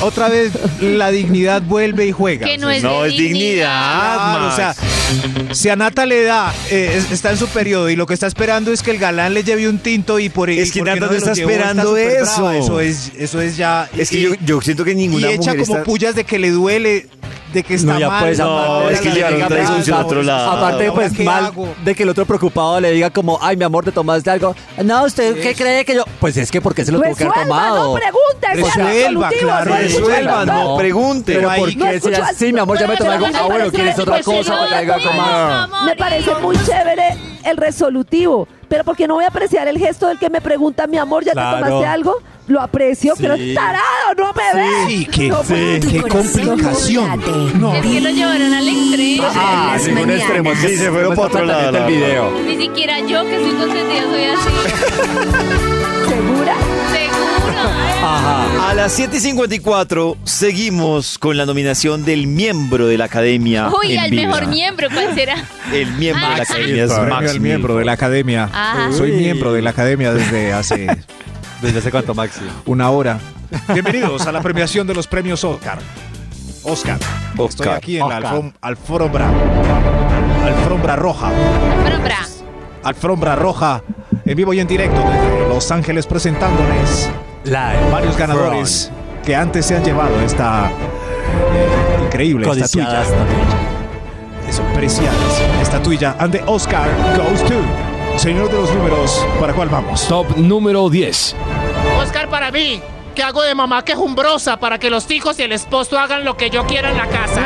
Otra vez la dignidad vuelve y juega. Que O no sea, es, no, de es dignidad. Claro, o sea, si a Nata le da, eh, es- está en su periodo y lo que está esperando es que el galán le lleve un tinto y por Es que y porque Nata no se está lo llevó, esperando súper brava. eso. Eso es, eso es ya. Es que y- yo, yo siento que y ninguna echa mujer como está... pullas de que le duele, de que está No, ya mal. puedes, la aparte, No, manera es que en la llevar le una llega solución a brava, otro lado. Aparte, ¿ahora pues qué mal hago? de que el otro preocupado le diga como, ay, mi amor, te tomaste algo. No, ¿usted qué cree que yo? Pues es que porque se lo tuvo que haber Resuelva, no tomado. pregunte, sea Resuelva, resolutivo, claro, sea resuelva, no pregunte. Pero Ahí- ¿por No qué? Si escucho ya- al- sí, mi amor, ya me tomé algo. Pero Ah, me bueno, parece- ¿quieres otra "Ah, pues, cosa? sí, Te traigo algo más. Me parece muy chévere el resolutivo, pero porque no voy a apreciar el gesto del que me pregunta, mi amor, ¿ya Claro. te tomaste algo? Lo aprecio, Sí. pero tarado, no me ve. Sí, qué- No puede. Qué complicación. No. Es que lo llevaron al extremo. Ah, Las ningún mañanas. extremo. Sí, se fueron por otro lado, la El video. Ni siquiera yo, que soy consentida, soy así. ¿Segura? Seguro. Ajá. A las 7.54 seguimos con la nominación del miembro de la academia. Uy, en al vida. mejor miembro, ¿cuál será? El miembro de la Ah, academia es Premio al Max miembro de la academia. Ah. Soy miembro de la academia desde hace Desde hace cuánto, Maxi. una hora. Bienvenidos a la premiación de los premios Oscar. Oscar. Estoy Oscar. aquí en la Oscar. alfom- alfombra. Alfombra roja. Bueno, bra. Alfombra roja. En vivo y en directo desde Los Ángeles presentándoles Live. varios ganadores que antes se han llevado esta eh, increíble Codiciadas estatuilla. también. Eso, preciadas. Estatuilla. And the Oscar goes to. Señor de los números, ¿para cuál vamos? Top número 10. Oscar para mí. que hago de mamá quejumbrosa para que los hijos y el esposo hagan lo que yo quiera en la Ah, casa.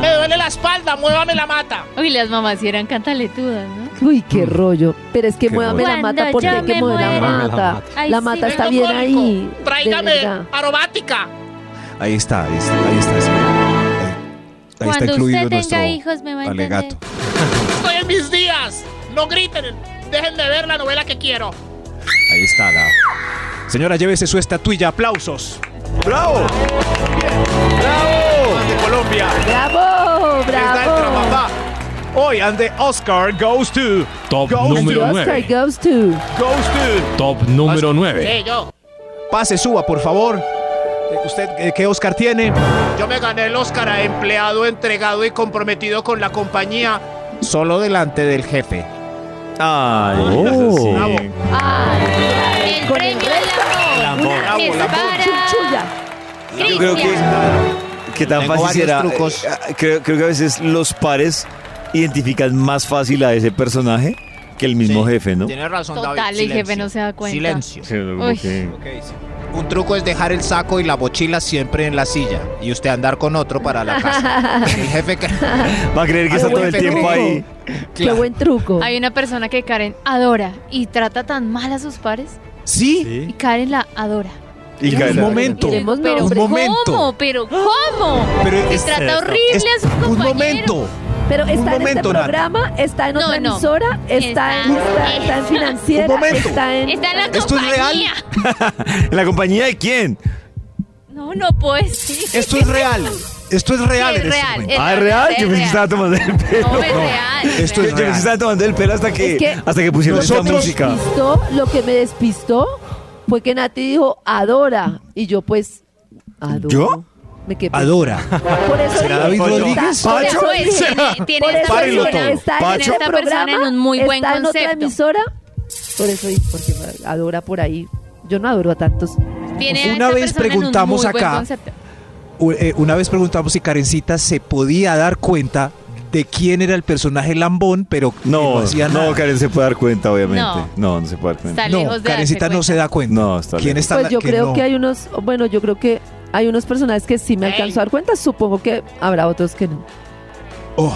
Me duele la espalda, muévame la mata. Uy, las mamás sí eran cantaletudas, ¿no? Uy, qué rollo. Pero es que Qué muévame la rollo. mata Cuando porque ya hay que me mover la muera. mata. Ay, La sí. mata está Tengo bien cólico. ahí. de verdad. Tráigame aromática. Ahí está, ahí está, ahí está. sí. Ahí, ahí está Cuando incluido usted nuestro tenga hijos me va a entender. alegato. Estoy en mis días. No griten. Déjenme ver la novela que quiero. Ahí está la. Señora, llévese su estatuilla. Aplausos. ¡Bravo! De Colombia. Bravo, bravo. Hoy, and the Oscar goes to. Top Goes número The Oscar 9. goes to. Goes to. Top número 9. Sí, yo. Pase, suba, por favor. Eh, ¿Usted eh, qué Oscar tiene? Yo me gané el Oscar a empleado, entregado y comprometido con la compañía. Solo delante del jefe. Ah, Ay, Oh. eso sí. El Con premio el del amor. El amor. Es El amor. para Chuchuya. Yo creo que, Cristian. que tan Tengo fácil varios será. trucos. eh, ah, creo, creo que a veces los pares identifican más fácil a ese personaje que el mismo Sí. jefe, ¿no? Tienes razón, Total, David. el Silencio. jefe no se da cuenta. Silencio. Sí, como Uy. que- Un truco es dejar el saco y la mochila siempre en la silla y usted andar con otro para la casa. el jefe que... Va a creer que Ah, está todo buen el tiempo truco. ahí. Qué buen truco. Hay una persona que Karen adora y trata tan mal a sus pares ¿Sí? y Karen la adora. Y cae la- momento. Queremos Pero nombre. Un momento. ¿cómo? ¿Pero cómo? Pero Y es- trata horrible a sus Un compañeros. momento. Pero Un está en este momento, Nata. programa, está en No, otra no. emisora, está en, Está- está- está en Un financiera, momento. está en... Está en la ¿Esto es real? compañía. ¿En la compañía de quién? No, no puedo decir. Esto es real. Esto es real. Es en este real, momento. Es ah, ¿es real, real. es Yo pensé que real. estaba tomando el pelo. No, es real. Esto Yo es pensé que real. estaba tomando el pelo hasta eh, que, Es que hasta que pusieron esta nosotros- música. despistó, lo que me despistó fue que Nati dijo adora y yo pues adoro. ¿Yo? Me quedé Adora. Por eso dije, ¿Será David está- Rodríguez? por eso Pacho, dije, tiene- tiene por esta eso Párelo dije, todo. está en Pacho. este Esta persona programa, en un muy buen está en otra concepto. emisora, por eso dije, porque adora por ahí. Yo no adoro a tantos. Tiene a Una esta vez persona en un preguntamos muy buen acá. concepto. U- eh, Una vez preguntamos si Karencita se podía dar cuenta de quién era el personaje lambón, pero que no, No, hacía no, nada. Karen se puede dar cuenta, obviamente. No, No. no, se puede dar cuenta. Está lejos no, de darse Karencita no cuenta. se da cuenta. No, está ¿Quién lejos. está Pues la- yo que creo no? que hay unos, bueno, yo creo que hay unos personajes que sí me Ey. alcanzó a dar cuenta, supongo que habrá otros que no. Oh,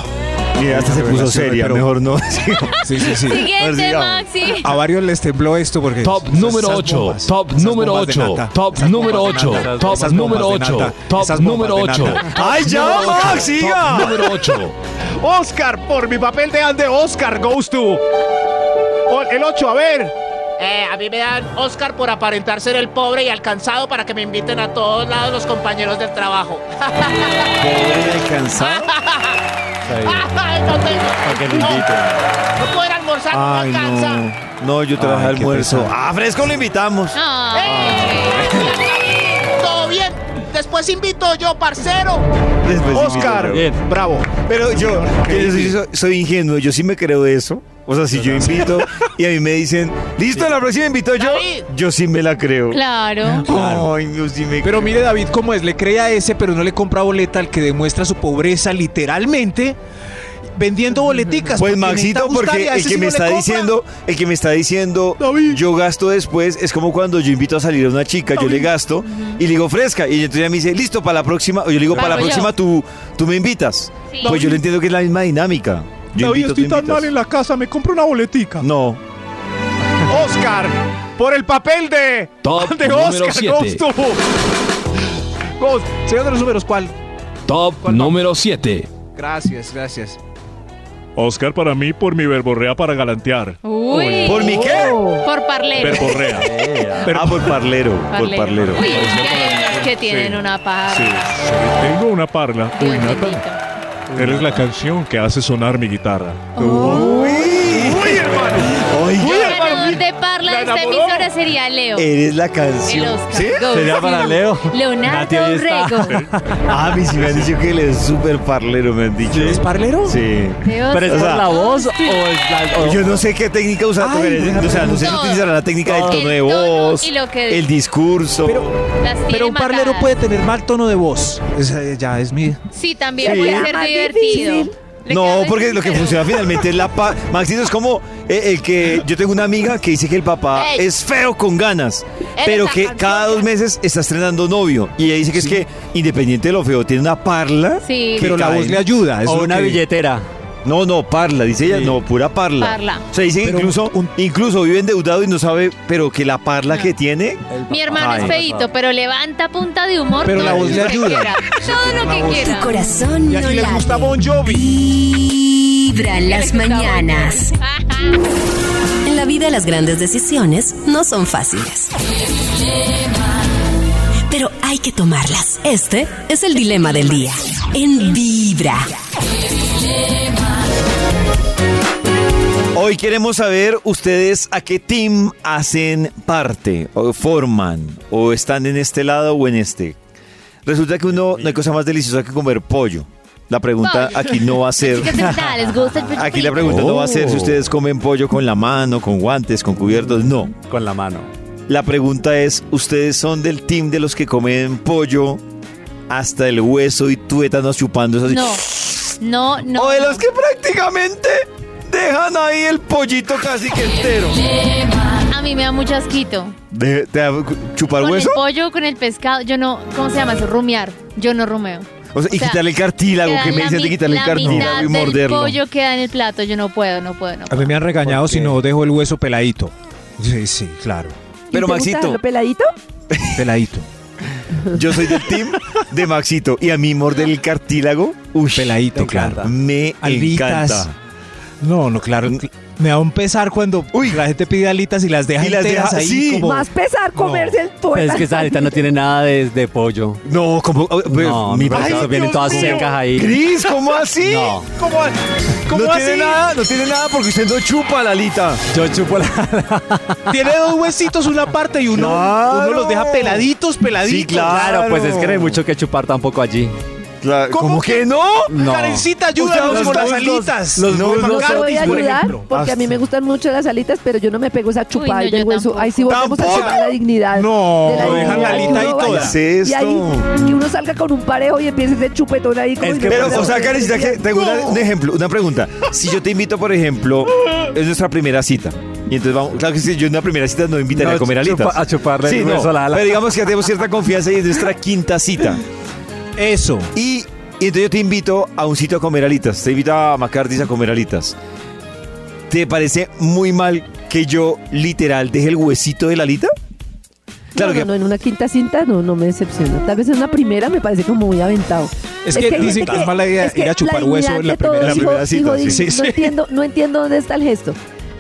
Mira, hasta se puso Revelaciones, seria, pero- mejor no. sí, sí, sí. Ahora Siguiente, sigamos. Maxi. A varios les tembló esto porque. Top esas- número esas 8, bombas, top esas número bombas de 8, nata, top esas número bombas de 8, nata, top esas número bombas de 8, nata, top esas bombas número de 8. nata. ¡Ay, ya, Max, Top siga! número 8. Oscar, por mi papel de Ande Oscar goes to. O- El 8, a ver. Eh, a mí me dan Oscar por aparentar ser el pobre y alcanzado para que me inviten a todos lados los compañeros del trabajo. ¿Pobre alcanzado? no tengo. Para que lo No. inviten. No poder almorzar, Ay, no alcanza. no. No, yo trabajé Ay, qué almuerzo. pesar. Ah, fresco lo invitamos. Eh, Todo bien. Después invito yo, parcero. Después Oscar, invito, bravo. Pero yo, que yo soy, soy- soy ingenuo, yo sí me creo eso. O sea, si yo invito y a mí me dicen, listo, la próxima invito yo, David. yo sí me la creo. Claro. Ay, yo sí me Pero creo. mire David cómo es, le crea a ese, pero no le compra boleta al que demuestra su pobreza literalmente vendiendo boleticas. Pues porque necesita Maxito, gustarle, porque a el ese que sí me no le está compra. diciendo, el que me está diciendo, David. yo gasto después, es como cuando yo invito a salir a una chica, yo le gasto y le digo fresca, y entonces ella me dice, listo, para la próxima, o yo le digo, para la Pago yo. próxima tú, tú me invitas. Sí. Pues yo le entiendo que es la misma dinámica. Yo David, invito, tú estoy tan invitas. mal en la casa, me compro una boletica. No, Oscar, por el papel de, Top de número Oscar siete. Ghost to- Ghost, señor de los números, ¿cuál? Top ¿Cuál número 7. Gracias, gracias. Oscar para mí por mi verborrea para galantear. Uy. Oh. ¿Por mi qué? Por parlero. Verborrea. ah, por parlero, por parlero. Uy, es que hay unos que tienen Sí. una paja. Tengo una parla. Dios bendito. eres la canción que hace sonar mi guitarra. Oh. Uy, hermano. El Oiga, ganador de parla de esta emisora sería Leo. eres la El canción. Oscar. ¿Sí? Go. Sería para Leo. Nati, Leonardo ahí está. Eh. Rego. Ah, mis me han dicho que él es súper parlero, me han dicho. ¿Es parlero? Sí. Dios. ¿Pero es O sea, por la voz o es la.? o- Yo no sé qué técnica usar, Ay, pero- no, o sea, no sé si no. utilizará la técnica del El tono de tono voz, y lo que- el discurso. Pero, Las tiene pero un parlero matadas. puede tener mal tono de voz. Esa ya es mi... Sí, también Sí. puede Era ser más divertido. difícil. No, porque lo que funciona finalmente es la paz. Maxito es como eh, el que yo tengo una amiga que dice que el papá Ey. es feo con ganas, Eres pero la que canción. cada dos meses está estrenando novio. Y ella dice que es que independiente de lo feo, tiene una parla. Sí. que Pero la cae. voz le ayuda, es O lo una que- billetera. No, no, parla, dice ella, no, pura parla. Parla. O sea, dice que Pero incluso, incluso vive endeudado y no sabe, pero que la parla que tiene. Mi hermano Ay. es feito, pero levanta punta de humor. Pero todo la voz lo le que ayuda. quiera. Todo lo que quiera. Tu corazón Y no aquí les late. gusta Bon Vibra en las mañanas. En la vida las grandes decisiones no son fáciles, pero hay que tomarlas. Este es el dilema del día. En Vibra. Hoy queremos saber ustedes a qué team hacen parte, o forman, o están en este lado o en este. Resulta que uno, no hay cosa más deliciosa que comer pollo. La pregunta Pollo. aquí no va a ser. Chicas, ¿qué tal? ¿Les gusta el Aquí la pregunta no va a ser si ustedes comen pollo con la mano, con guantes, con cubiertos, no. Con la mano. La pregunta es, ¿ustedes son del team de los que comen pollo hasta el hueso y tuétanos chupando eso así? No, no, no. O de los que prácticamente dejan ahí el pollito casi que entero. A mí me da mucho asquito. ¿De, te da cu- ¿Chupar Con hueso? el pollo, con el pescado. Yo no, ¿cómo se llama eso? Rumiar. Yo no rumeo. O sea, y quitarle el cartílago, queda que me la dicen de mi- quitarle el la cartílago mitad y morderlo. Del pollo queda en el plato. Yo no puedo, no puedo, no A puedo. mí me han regañado si no dejo el hueso peladito. Sí, sí, claro. Pero Maxito, ¿Lo peladito? Peladito. yo soy del team de Maxito y a mí morder el cartílago, uy, peladito, claro, me Alitas. encanta. Mm. No, no, claro. cl- Me da un pesar cuando la gente pide alitas y las deja Y las enteras deja- ahí sí. como... Más pesar comerse el tuétano. Pues es que esa aleta no tiene nada de, de pollo. No, como. No, mi- mi Ay, vienen Dios todas mío. secas ahí. Cris, ¿cómo así? No. ¿Cómo, ¿Cómo no así? tiene nada, no tiene nada porque usted no chupa la alita. Yo chupo la Tiene dos huesitos una parte y uno, uno los deja peladitos, peladitos. Sí, claro, pues es que no hay mucho que chupar tampoco allí. ¿Cómo, que, no? No. O Karencita, ayúdanos sea, con las los gustos- alitas. los No, gustos- No te voy a Bacardi, por ayudar ejemplo. porque a mí me gustan mucho las alitas, pero yo no me pego esa chupada Uy, no, del yo hueso. Ahí sí volvemos a ¿Tampoco? llevar la dignidad. No, de dejan la dignidad alita que ahí uno toda. vaya. ¿Qué es Y ahí esto? que uno salga con un parejo y empiece ese chupetón ahí. como Es si que no Pero, fuera o sea, una Karencita, que tengo una- un ejemplo, una pregunta. Si yo te invito, por ejemplo, es nuestra primera cita. Y entonces vamos, claro que si yo en una primera cita no invitaría No, a comer alitas. chupa- a chuparle Sí, el no, hueso a la ala. Pero digamos que tenemos cierta confianza y es nuestra quinta cita. Eso. Y, y entonces yo te invito a un sitio a comer alitas. Te invito a McCarthy's a comer alitas. ¿Te parece muy mal que yo literal deje el huesito de la alita? Claro no, que no, no, en una quinta cinta no, no me decepciona. Tal vez en una primera me parece como muy aventado. Es que hay dicen gente que es mala idea que ir a chupar la hueso dignidad en la de todos, primera- la hijo- primera cita, hijo, sí. di- Sí, no, sí. Entiendo, no entiendo dónde está el gesto.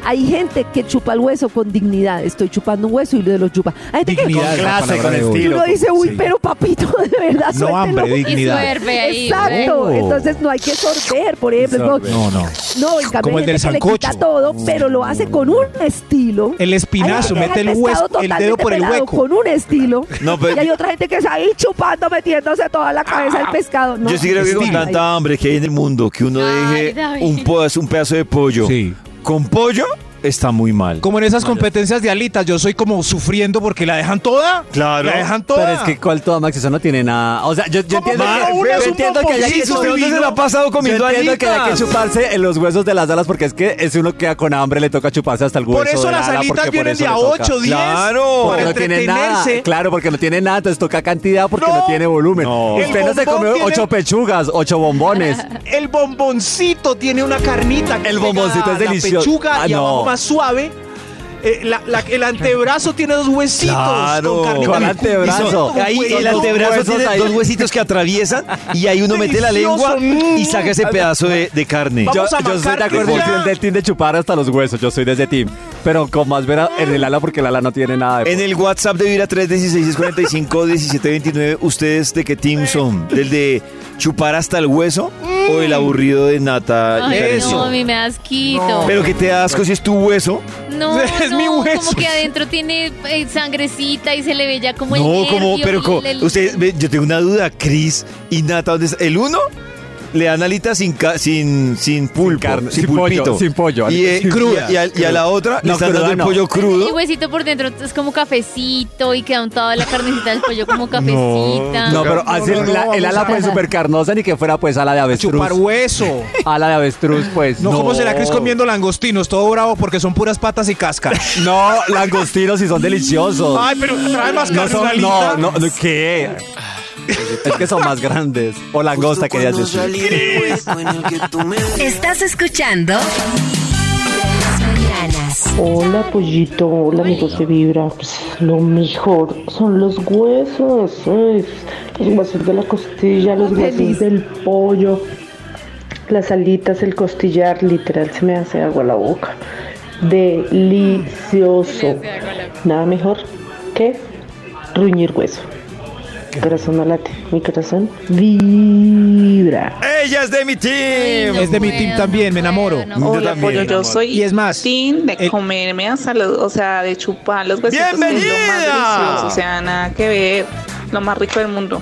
Hay gente que chupa el hueso con dignidad. Estoy chupando un hueso y lo chupa. Hay gente que Dignidad es la clase, palabra con de oro. Y estilo. uno dice, uy, Sí. pero papito, de verdad, No, suéltelo". hambre, Y dignidad. suerve ahí. Exacto, ¿eh? Oh. entonces no hay que sorber, por ejemplo. Sorber. No, No, no. no, en cambio Como hay el del gente que le quita sancocho. todo, pero lo hace con un estilo. El espinazo, Hay gente mete que el deja hueso, pescado el dedo totalmente por el pelado, hueco. Con un estilo. No, pero- y hay otra gente que está ahí chupando, metiéndose toda la cabeza el pescado. No, Yo sí creo que con estilo. tanta hambre que hay en el mundo que uno Ay, deje David. un pedazo, un pedazo de pollo Sí. con pollo está muy mal. Como en esas competencias de alitas, yo soy como sufriendo porque la dejan toda. Claro. La dejan toda. Pero es que ¿cuál toda Max? Eso no tiene nada. O sea, yo, yo entiendo, Ma- que, una yo es un entiendo que haya que popollizo, ¿usted dónde chuparse- se la ha pasado comiendo yo entiendo que haya que alitas? chuparse en los huesos de las alas porque es que es uno queda con hambre, le toca chuparse hasta el hueso. Por eso de la las ala, porque alitas por vienen eso de a le toca. 8, 10. Claro. Para Porque no tiene nada. entretenerse. Claro, porque no tiene nada, entonces toca cantidad porque no, No. tiene volumen. No. Usted no El se bombón come tiene- ocho pechugas, ocho bombones. El bomboncito tiene una carnita. que El pega bomboncito es la delicioso. pechuga Ah, y abajo no. más suave. Eh, la- la- el antebrazo tiene dos huesitos. Claro. Con carne Con picuda. antebrazo. Con Ahí huesitos. el dos antebrazo huesos tiene ahí. dos huesitos que atraviesan y ahí uno mete la Delicioso. Mm. lengua y saca ese pedazo de, de carne. Vamos yo, a yo soy de marcar acuerdo ya. con el del team de chupar hasta los huesos. Yo soy de ese team. Pero con más vera en el ala porque el ala no tiene nada de En el WhatsApp de Vira 316-645-1729, ¿ustedes de qué team son? ¿Del de chupar hasta el hueso o el aburrido de nata? y Mm. Ay, Karencita? no, a mí me da asquito. Ah, Pero que te da asco si es tu hueso. No, Es no, mi hueso. como que adentro tiene eh, sangrecita y se le ve ya como el no, nervio como, pero y co- el- el- usted, ve, yo tengo una duda, Cris y Nata, ¿dónde está? ¿El uno? le dan alita sin, ca- sin, sin pulpo, sin, carne, sin pollo, pulpito. sin pollo, Y, eh, sin- cruda. Y, a, y a la otra le No, están dando cruda el no. pollo crudo. Y huesito por dentro es como cafecito y queda untada la carnecita del pollo como cafecita. No, pero así la- no, el vamos ala a- fue súper carnosa ni que fuera pues ala de avestruz. Chupar hueso. Ala de avestruz, pues. No, como será que es comiendo langostinos, todo bravo porque son puras patas y cáscara. No, langostinos y son deliciosos. Ay, pero trae más no, carne, son- una no, lita. no, no, ¿qué? Es que son más grandes. O langosta, querías decir. Estás escuchando Hola pollito, hola amigos de Vibra. Pues, lo mejor son los huesos, ay, los huesos de la costilla, los huesos del pollo, las alitas, el costillar, literal se me hace agua la boca. Delicioso. Nada mejor que ruñir hueso. Corazón no late, mi corazón vibra. Ella es de mi team. es de mi team también, me enamoro. Hola, pollo, yo soy Y es más, eh, team de comerme a salud, o sea, de chupar los huesitos que es lo más ¡Bienvenida! delicioso, o sea, nada que ver, lo más rico del mundo.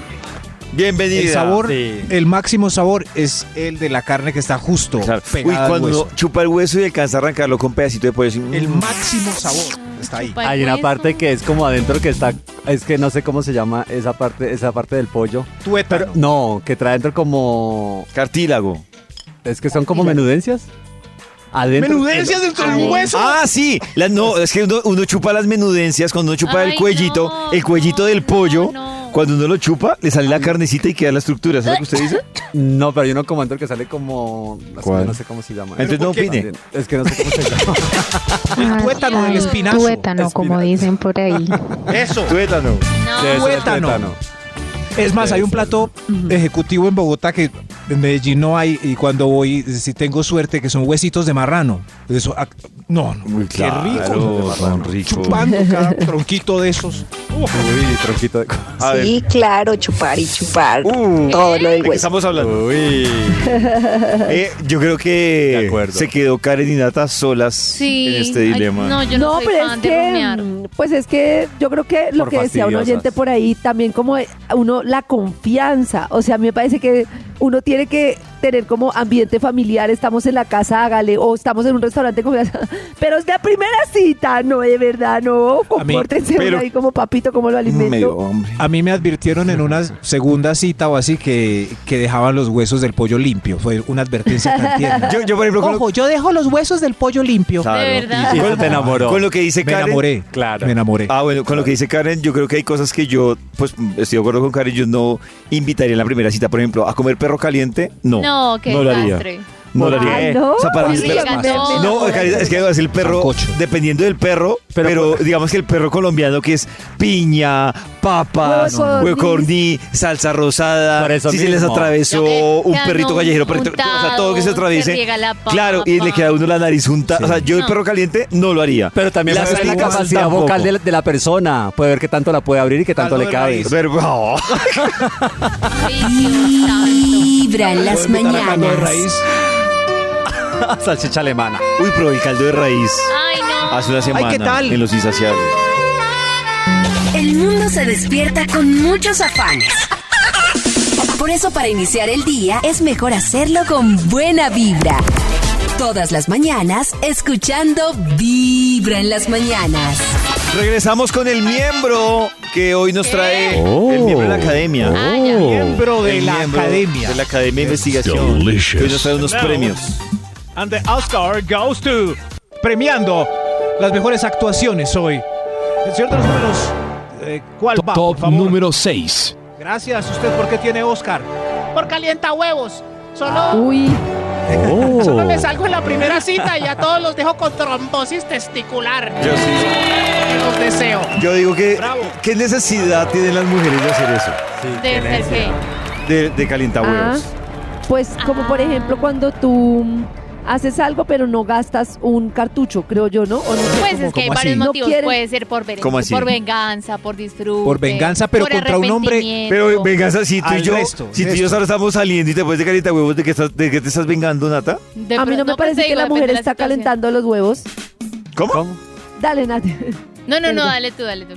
Bienvenida. el sabor, Sí. el máximo sabor es el de la carne que está justo Uy, pegada al cuando hueso. uno chupa el hueso y alcanza a arrancarlo con pedacito de pollo. así, mm. El máximo sabor está ahí. Hay una parte que es como adentro que está, es que no sé cómo se llama esa parte, esa parte del pollo. Tuétano. No, que trae adentro como Cartílago. es que son como menudencias. Adentro. Menudencias dentro del hueso. Ah, sí. Las- no, es que uno, uno chupa las menudencias cuando uno chupa Ay, el cuellito, no, el cuellito del pollo. no. Cuando uno lo chupa, le sale la carnecita y queda la estructura. ¿Sabes lo que usted dice? No, pero hay uno como adentro que sale como no sé, ¿Cuál? no sé cómo se llama. Entonces no ¿Por qué? opine. Es que no sé cómo se llama. El tuétano del espinazo. Tuétano, como dicen por ahí. Eso. Tuétano. No. Tuétano. Es más, hay un plato ejecutivo en Bogotá que en Medellín no hay y cuando voy, si tengo suerte, que son huesitos de marrano. Eso, ah, no, no, qué rico. son ricos. Chupando cada tronquito de esos. Uy, tronquito de. A ver. Sí, claro, chupar y chupar. Uh. todo lo ¿De del qué hueso. estamos hablando? Uy. pues. Eh, yo creo De que acuerdo. se quedó Karen y Nata solas Sí. en este Ay, dilema. no, yo no, soy pero fan es de que, rumiar. mm, pues es que yo creo que lo Por que decía un oyente fastidiosas. por ahí, también como eh, uno, la confianza, o sea, a mí me parece que uno tiene que tener como ambiente familiar, estamos en la casa, hágale, o estamos en un restaurante, confianza, pero es la primera cita, no, de verdad, no, mí, compórtense uno pero- ahí como papito, como lo alimento. Medio hombre. A mí me advirtieron en una segunda cita o así que, que dejaban los huesos del pollo limpio. Fue una advertencia tan tierna. Yo, yo, por ejemplo, con lo- yo dejo los huesos del pollo limpio. Claro. De verdad. Y eso te enamoró. con lo que dice Me Karen. enamoré, Claro. me enamoré. Ah, bueno, con lo que dice Karen, yo creo que hay cosas que yo, pues, estoy de acuerdo con Karen, yo no invitaría en la primera cita, por ejemplo, a comer perro caliente, no. No, qué no lo haría. desastre. No lo haría. ¿Ah, Eh, Ay, no. O sea, para mí, Ah, Sí, pero- me encantó. no, Karen, es que es el perro, Sancocho. dependiendo del perro, Pero- pero, digamos que el perro colombiano que es piña, papas, Huevo de huevo corní, salsa rosada, Por eso si se les mismo. atravesó Yo me- un ya perrito no, callejero, perrito- o sea, todo lo que se untado, atraviese. que riega la papa. claro, y le queda a uno la nariz junta, o sea, yo el No. perro caliente no lo haría. Pero también Las puede ver la alitas capacidad tampoco. vocal de la, de la persona. Puede ver qué tanto la puede abrir y qué tanto Caldo le de cabe. maíz. Pero, no. Ay, Dios santo. Vibra en las Puedo invitar a caldo de mañanas. raíz. Salchicha alemana. Uy, pero el caldo de raíz Ay, no. hace una semana ¿qué tal? en Los Insaciables. El mundo se despierta con muchos afanes. Por eso para iniciar el día es mejor hacerlo con buena vibra. Todas las mañanas escuchando Vibra en las mañanas. Regresamos con el miembro que hoy nos trae Oh. el miembro de la academia. Ah, ya. Miembro de El la miembro academia. De la Academia de Investigación. Delicious. Que hoy nos trae unos premios. And the Oscar goes to. Premiando las mejores actuaciones hoy. El señor de los números. eh, ¿Cuál va? por favor? 6. Gracias. ¿Usted por qué tiene Oscar? Por calienta huevos. Solo, Uy, solo me salgo en la primera cita y a todos los dejo con trombosis testicular. Yo sí. Te los deseo. Yo digo que. Bravo. ¿Qué necesidad tienen las mujeres de hacer eso? De Ah. ser gay. De, de calientahuevos. pues como Ah. por ejemplo cuando tú mm, haces algo pero no gastas un cartucho, creo yo, ¿no? O no sé, Pues como- es que hay cómo varios así? No motivos. quieren- Puede ser por, ver- ¿Cómo así? por venganza, por disfrute. Por venganza, pero por contra un hombre. arrepentimiento. Pero venganza, si tú y Al yo, resto, si tú y yo resto. ahora estamos saliendo y te pones de calientahuevos, ¿de qué, estás, ¿de qué te estás vengando, Nata? De a mí pro- no me pues parece te que digo, la depende mujer de está situación. calentando los huevos. ¿Cómo? Dale, Nate. No, no, no, Perdón. dale tú, dale tú.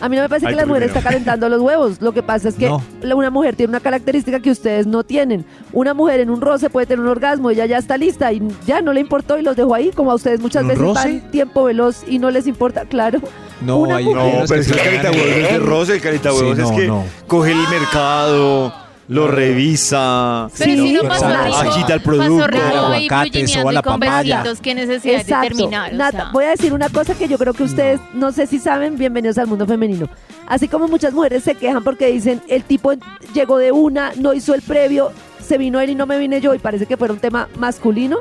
A mí no me parece Ay, que las mujeres pero bueno. están calentando los huevos. Lo que pasa es que No. la- una mujer tiene una característica que ustedes no tienen. Una mujer en un roce puede tener un orgasmo, ella ya está lista y ya no le importó y los dejó ahí, como a ustedes muchas ¿Un veces roce? van tiempo veloz y no les importa, claro. No, Una hay- mujer- No, pero es que el Sí, carita huevos es de roce, el carita Sí, huevos es no, que no. coge el mercado, lo revisa, Pero si no agita pasó rico, agita el pasó producto. rico ahí aguacate, plugineando soba y la con papaya. besitos, qué necesidad de terminar. o Nata, sea. voy a decir una cosa que yo creo que ustedes no. sé si saben, bienvenidos al mundo femenino. Así como muchas mujeres se quejan porque dicen, el tipo llegó de una, no hizo el previo, se vino él y no me vine yo, y parece que fuera un tema masculino.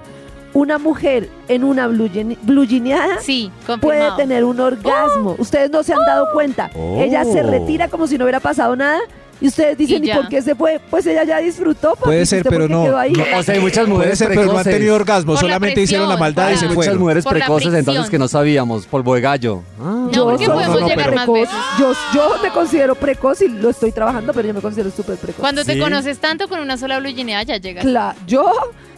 Una mujer en una blugin- blugineada puede confirmado. Oh. tener un orgasmo. Ustedes no se han dado cuenta. Oh. Ella se retira como si no hubiera pasado nada. Y ustedes dicen, ¿y, Y ya. por qué se fue? Pues ella ya disfrutó. papi, Puede ¿usted ser, por pero qué no. quedó ahí? no- O sea, hay muchas Puede mujeres ser, pero no han precoces. tenido orgasmo, Por la solamente hicieron la presión, maldad y por se la- Muchas fueron. mujeres Por la precoces entonces fricción. que no sabíamos, polvo de gallo. Ah. No, porque soy podemos llegar más precoz. veces. Yo, yo me considero precoz y lo estoy trabajando, pero yo me considero súper precoz. Cuando te conoces tanto con una sola blugineada ya llegas. Cla- yo,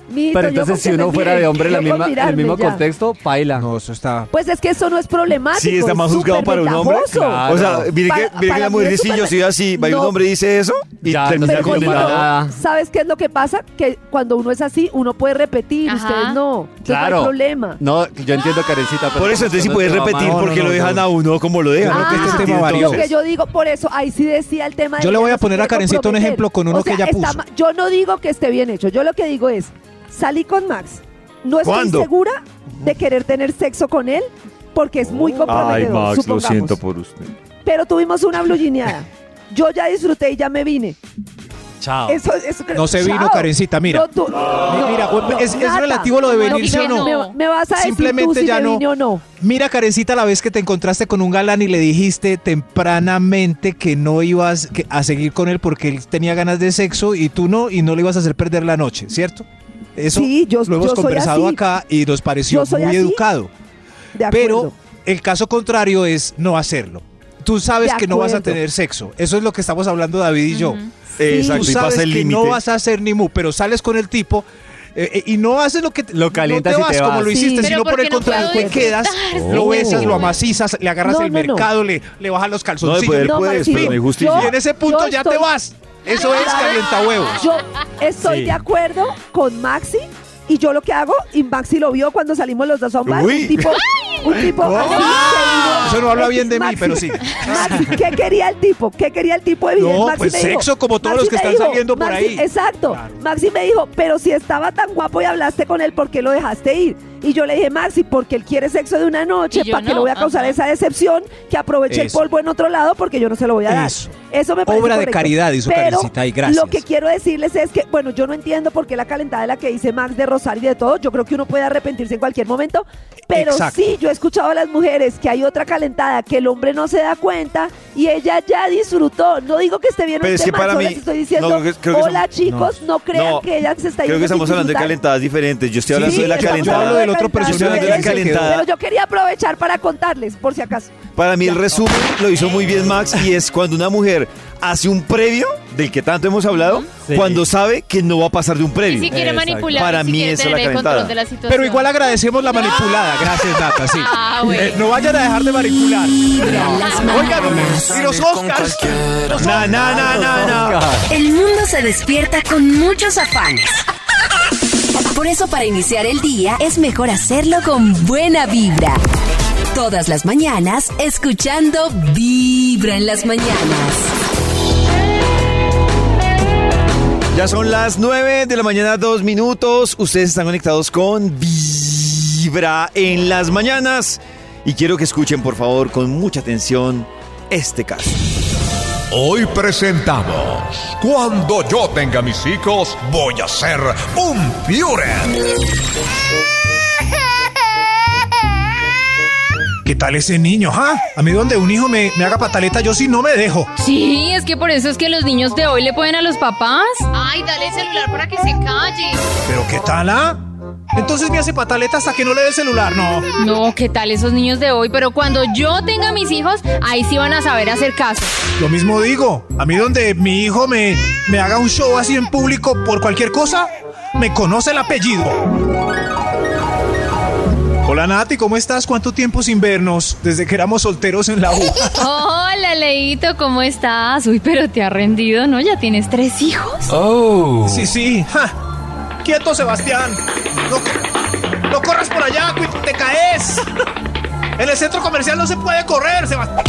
mi- yo con Pero entonces si que uno me fuera de miren, hombre en la yo con misma, en el mirarme mismo ya. contexto, paila. No, eso está... Pues es que eso no es problemático. Sí, está más es juzgado súper para un hombre. ventajoso. O sea, mire que, Para- mire que para la mí mujer es dice, súper- yo soy así, va y un No. hombre dice eso y termina Pero cuando- condenada. ¿Sabes qué es lo que pasa? Que cuando uno es así, uno puede repetir, Ajá. ustedes no. Entonces No hay problema. No, yo entiendo, Karencita. pero Por eso entonces si no puedes te va repetir mal. porque No, no, lo no, dejan no. a uno como lo dejan. Claro que Ah. Tiene este tema sentido, varió. entonces. Lo que yo digo, por eso, ahí sí decía el tema de Yo le que voy no a se poner a quiere Karencita un comprometer. ejemplo con uno O sea, que ella está puso. ma- Yo no digo que esté bien hecho, yo lo que digo es, salí con Max, no estoy ¿Cuándo? segura de querer tener sexo con él porque es muy Ay, comprometedor, Max, lo supongamos. siento por usted. Pero tuvimos una blugineada. Yo ya disfruté y ya me vine. Chao. Eso, eso creo- Ah. No se vino, Chao. Karencita, mira. No, tú- no, mira, no, es, es nada. relativo lo de No, venirse no, o no. Me, va- me vas a decir tú Simplemente si ya me no. vine o no. Mira, Karencita, la vez que te encontraste con un galán y le dijiste tempranamente que no ibas que- a seguir con él porque él tenía ganas de sexo y tú no, y no le ibas a hacer perder la noche, ¿cierto? Eso Sí, yo- lo hemos yo soy conversado así. acá y nos pareció Yo soy muy así. educado. De acuerdo. Pero el caso contrario es no hacerlo. Tú sabes De que no vas a acuerdo. tener sexo. Eso es lo que estamos hablando David y yo. Exacto, Tú y sabes pasa el que límite. no vas a hacer ni mu, pero sales con el tipo eh, eh, y no haces lo que te, lo calientas no y te vas. como lo Sí. hiciste, Pero sino por porque el no contrario, puedo te quedas, disfrutar. lo Oh. besas, lo amasizas, le agarras No, el no, no. mercado, le, le bajas los calzoncillos. No, de poder pim, puedes, pim, pero no hay pim. justicia. Y en ese punto yo ya estoy- te vas. Eso es ¿Sabes? calientahuevos. Yo estoy Sí. de acuerdo con Maxi y yo lo que hago, y Maxi lo vio cuando salimos los dos a un bar, Uy. un tipo, un tipo así, se Eso no habla bien de mí, Maxi. pero sí. Maxi, ¿qué quería el tipo? ¿Qué quería el tipo de No, pues sexo como todos los que están saliendo por ahí. Exacto. Maxi me dijo, pero si estaba tan guapo y hablaste con él, ¿por qué lo dejaste ir? Y yo le dije, Maxi, porque él quiere sexo de una noche, Y yo para que no, lo voy a causar ajá. esa decepción, que aproveche el Eso. polvo en otro lado, porque yo no se lo voy a dar. Eso. Eso me parece Obra de correcto. caridad hizo Pero Karencita, y gracias. Lo que quiero decirles es que, bueno, yo no entiendo por qué la calentada de la que dice Max de Rosario y de todo. Yo creo que uno puede arrepentirse en cualquier momento. Pero Exacto. sí, yo he escuchado a las mujeres que hay otra calentada que el hombre no se da cuenta y ella ya disfrutó. No digo que esté bien Pero el es que tema, para solo mí- les estoy diciendo, no, creo que- creo que hola estamos- chicos, no, crean No, que ella se está yendo Creo que sin estamos hablando de disfrutar. calentadas diferentes. Yo estoy hablando Sí, de la estamos calentada. hablando de Yo estoy calentada. hablando de la calentada. Pero yo quería aprovechar para contarles, por si acaso. Para mí el resumen lo hizo muy bien Max y es cuando una mujer hace un previo del que tanto hemos hablado, cuando sabe que no va a pasar de un previo. Y si quiere manipular, y Para si mí quiere eso es tener la el calentada. control de la situación. Pero igual agradecemos la manipulada. Gracias, Nata, sí. Ah, bueno. Eh, no vayan a dejar de manipular. Oigan, y los Oscars. Na, na, na, na, na. El mundo se despierta con muchos afanes. Por eso para iniciar el día es mejor hacerlo con buena vibra. Todas las mañanas escuchando Vibra en las mañanas. Ya son las 9 de la mañana, dos minutos. Ustedes están conectados con Vibra en las mañanas. Y quiero que escuchen, por favor, con mucha atención este caso. Hoy presentamos Cuando yo tenga mis hijos voy a ser un Führer. ¿Qué tal ese niño, ah? A mí donde un hijo me, me haga pataleta, yo sí no me dejo. Sí, es que por eso es que los niños de hoy le pueden a los papás. Ay, dale el celular para que se calle. ¿Pero qué tal, ah? Entonces me hace pataleta hasta que no le dé el celular, no. No, ¿qué tal esos niños de hoy? Pero cuando yo tenga mis hijos, ahí sí van a saber hacer caso. Lo mismo digo, a mí donde mi hijo me, me haga un show así en público por cualquier cosa, me conoce el apellido. Hola Nati, ¿cómo estás? ¿Cuánto tiempo sin vernos? Desde que éramos solteros en la U. Hola, Leito, ¿cómo estás? Uy, pero te ha rendido, ¿no? ¿Ya tienes tres hijos? Oh. Sí, sí. Ja. Quieto, Sebastián. No, no corras por allá, cu- te caes. En el centro comercial no se puede correr, Sebastián.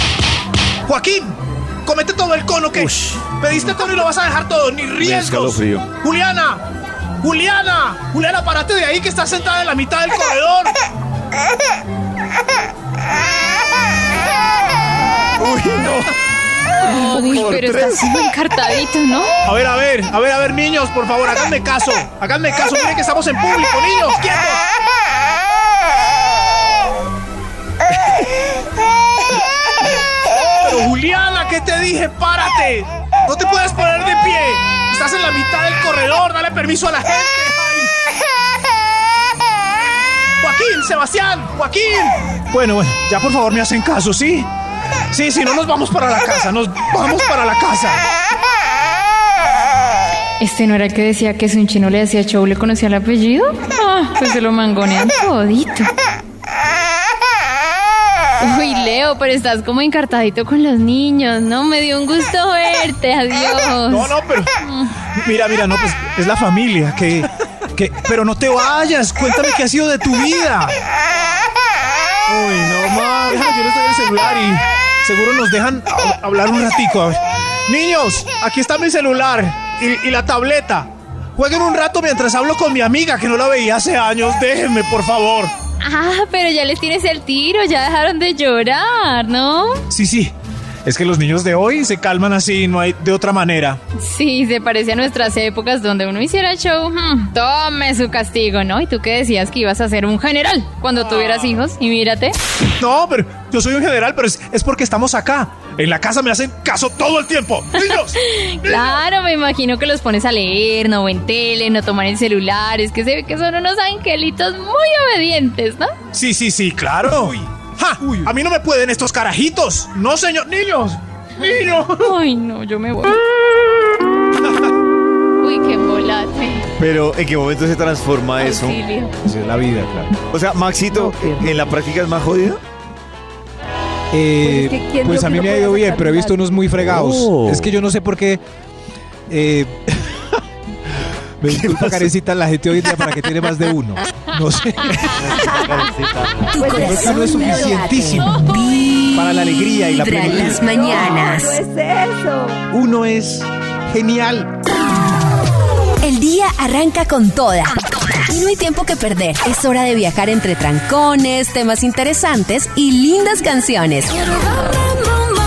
Joaquín, comete todo el cono que pediste todo y lo vas a dejar todo, ni riesgos. escalofrío. Juliana, Juliana, Juliana, parate de ahí que estás sentada en la mitad del corredor. Uy, no. Uy, por pero tres. estás encartadito, ¿no? A ver, a ver, a ver, a ver, niños, por favor, háganme caso. Háganme caso, miren que estamos en público, niños, quietos. Pero Juliana, ¿qué te dije? ¡Párate! No te puedes poner de pie. Estás en la mitad del corredor, dale permiso a la gente. ay. Joaquín, Sebastián, Joaquín. Bueno, bueno, ya por favor me hacen caso, ¿sí? Sí, sí, no nos vamos para la casa, nos vamos para la casa. Este no era el que decía que si un chino le hacía show le conocía el apellido. Ah, pues se lo mangonean todito. Uy, Leo, pero estás como encartadito con los niños, ¿no? Me dio un gusto verte, adiós. No, no, pero. Mira, mira, no, pues es la familia que. que pero no te vayas, cuéntame qué ha sido de tu vida. Uy, no, ma, déjame, yo les doy el celular y seguro nos dejan hab- hablar un ratico. a ver. Niños, aquí está mi celular y, y la tableta. Jueguen un rato mientras hablo con mi amiga que no la veía hace años. Déjenme, por favor. Ah, pero ya les tienes el tiro, ya dejaron de llorar, ¿no? Sí, sí. Es que los niños de hoy se calman así, no hay de otra manera. Sí, se parece a nuestras épocas donde uno hiciera show. hmm, tome su castigo, ¿no? Y tú que decías que ibas a ser un general cuando Ah. tuvieras hijos, y mírate. No, pero yo soy un general, pero es, es porque estamos acá. En la casa me hacen caso todo el tiempo. ¡Niños! Claro, me imagino que los pones a leer, no ven tele, no toman el celular. Es que se ve que son unos angelitos muy obedientes, ¿no? Sí, sí, sí, claro. ¡Ja! A mí no me pueden estos carajitos. No, señor. ¡Niños! ¡Niños! Ay, no, yo me voy. Uy, qué volate. Pero ¿en qué momento se transforma eso? Auxilio. es la vida, claro. O sea, Maxito, ¿en la práctica es más jodido? Eh, Pues es que ¿quién pues vio que a mí no me ha podía ido bien, sacar pero he visto nada? unos muy fregados. Oh. Es que yo no sé por qué. eh, me disculpa, Karencita, la gente hoy en día para que tiene más de uno. No sé. Tu Pues Creo que corazón uno late. es suficientísimo para la alegría y la Vibra en plenitud. las mañanas. No, no es eso. Uno es genial. El día arranca con toda. Y no hay tiempo que perder. Es hora de viajar entre trancones, temas interesantes y lindas canciones.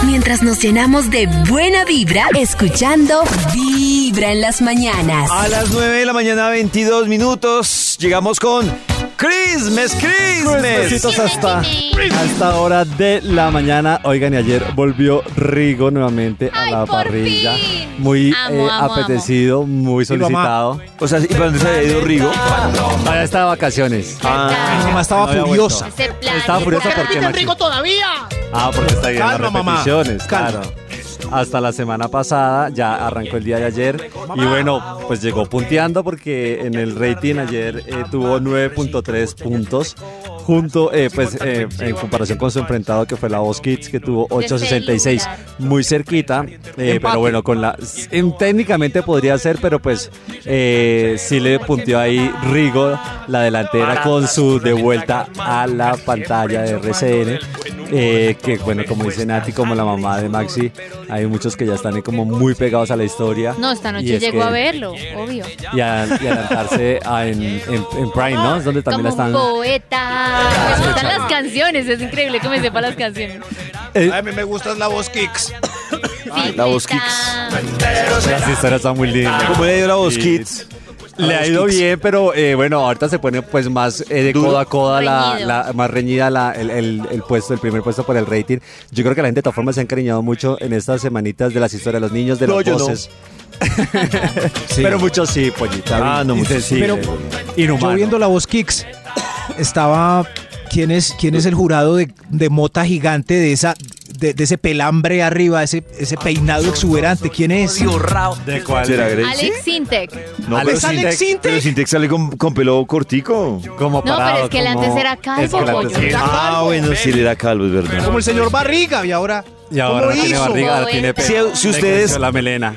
Mientras nos llenamos de buena vibra, escuchando Vibra en las mañanas. A las 9 de la mañana, 22 minutos, llegamos con Christmas, Christmas. Besitos hasta, hasta hora de la mañana. Oigan, y ayer volvió Rigo nuevamente a la parrilla. Muy Amo, eh, amo, apetecido, muy Mi mamá. solicitado. O sea, ¿y para dónde se había ido Rigo? Ahora está de vacaciones. Ah, Mi mamá estaba No había furiosa. vuelto. Estaba furiosa porque repiten Maxi- rico todavía? Ah, porque está bien las Calma, mamá. repeticiones, Calma. claro. Hasta la semana pasada, ya arrancó el día de ayer. Y bueno, pues llegó punteando porque en el rating ayer eh, tuvo 9.3 puntos. Junto, eh, pues eh, en comparación con su enfrentado que fue la Voz Kids, que tuvo 8.66, muy cerquita. eh, pero bueno, con la. en- técnicamente podría ser, pero pues eh, sí le punteó ahí Rigo, la delantera, con su devuelta a la pantalla de RCN. Eh, que bueno, como dice Nati, como la mamá de Maxi, hay muchos que ya están ahí como muy pegados a la historia. No, esta Y noche es llego que- a verlo, obvio. Y, a- y adelantarse a- en, en- en Prime, ¿no? Es donde también la Como un están. poeta. Me gustan las canciones, es increíble que me sepa las canciones. Eh, A mí me gusta la voz Kicks. la voz Kids. Ah. las historias están muy lindas. ¿Cómo le ha ido la voz Y- Kids? Le ha ido bien, pero eh, bueno, ahorita se pone pues más eh, de Duro. codo a coda, la, Reñido. la- más reñida la, el, el- el puesto, el primer puesto por el rating. Yo creo que la gente de todas formas se ha encariñado mucho en estas semanitas de las historias de los niños, de No, los yo no. voces. Pero muchos sí, pollita. Ah, no, muchos sí. Pero Pero- Yo viendo la voz Kicks, estaba. ¿Quién es, quién es el jurado de, de mota gigante de esa de, de ese pelambre arriba, ese, ese peinado exuberante. ¿Quién es? ¿De cuál? ¿Será Gracie? Alex Sintec. No, Alex pero Alex Sintek. Pero Sintek sale con, con pelo cortico. Como No, parado, pero es que él como- antes era calvo, es que él antes- pollo. Ah, bueno, sí, él era calvo, es verdad. Como el señor Barriga, y ahora. Y ahora ¿Cómo no tiene hizo? barriga, ahora tiene Si, pelo. si Le ustedes. creció la melena.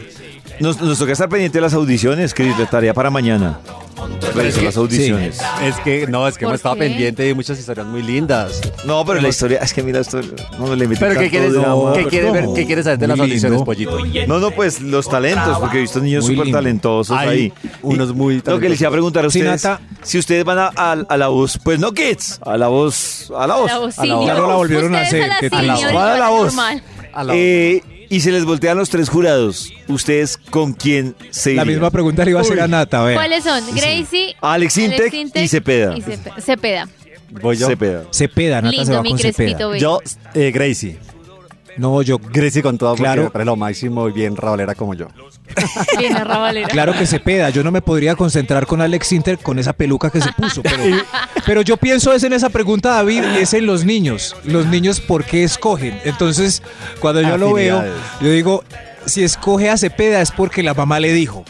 Nos, nos toca estar pendiente de las audiciones, querida tarea para mañana. Pero es Revisar que- las audiciones. sí. Es que no, es que ¿Por hemos estado qué? pendiente de muchas historias muy lindas. No, pero la historia. Es que mira, esto. No le metí Pero ¿qué tanto quieres, drama, qué pero quieres ver? no. ¿Qué quieres saber de Muy las audiciones, lindo. pollito? No, no, pues los talentos, porque he visto niños Muy súper lindo. talentosos Hay ahí. unos Y muy Lo que les talentosos. iba a preguntar a Sí, ustedes, Nata. si ustedes van a, a- a la voz, pues no kids, a la voz, a la voz. A la voz, sí, Dios. Ustedes a la ¿qué sí, tal? Dios, Van a la normal. voz. Eh, y se les voltean los tres jurados, ¿ustedes con quién se La misma pregunta le iba a hacer a Nata, a ver. ¿Cuáles son? Gracie, Alex Intec y Cepeda. y Cepe- Cepeda. Voy yo. Cepeda. Cepeda, Nata se Lindo, va mi con Cepeda. crespito bello. Yo, eh, Gracie. No, yo. Gracie con todo, Claro. claro. lo máximo y bien rabalera como yo. Bien, arrabalera. Claro que Cepeda, yo no me podría concentrar con Alex Inter con esa peluca que se puso, pero, pero yo pienso es en esa pregunta, David, es en los niños. Los niños, ¿por qué escogen? Entonces, cuando yo lo veo, Afinidades. yo digo, si escoge a Cepeda es porque la mamá le dijo.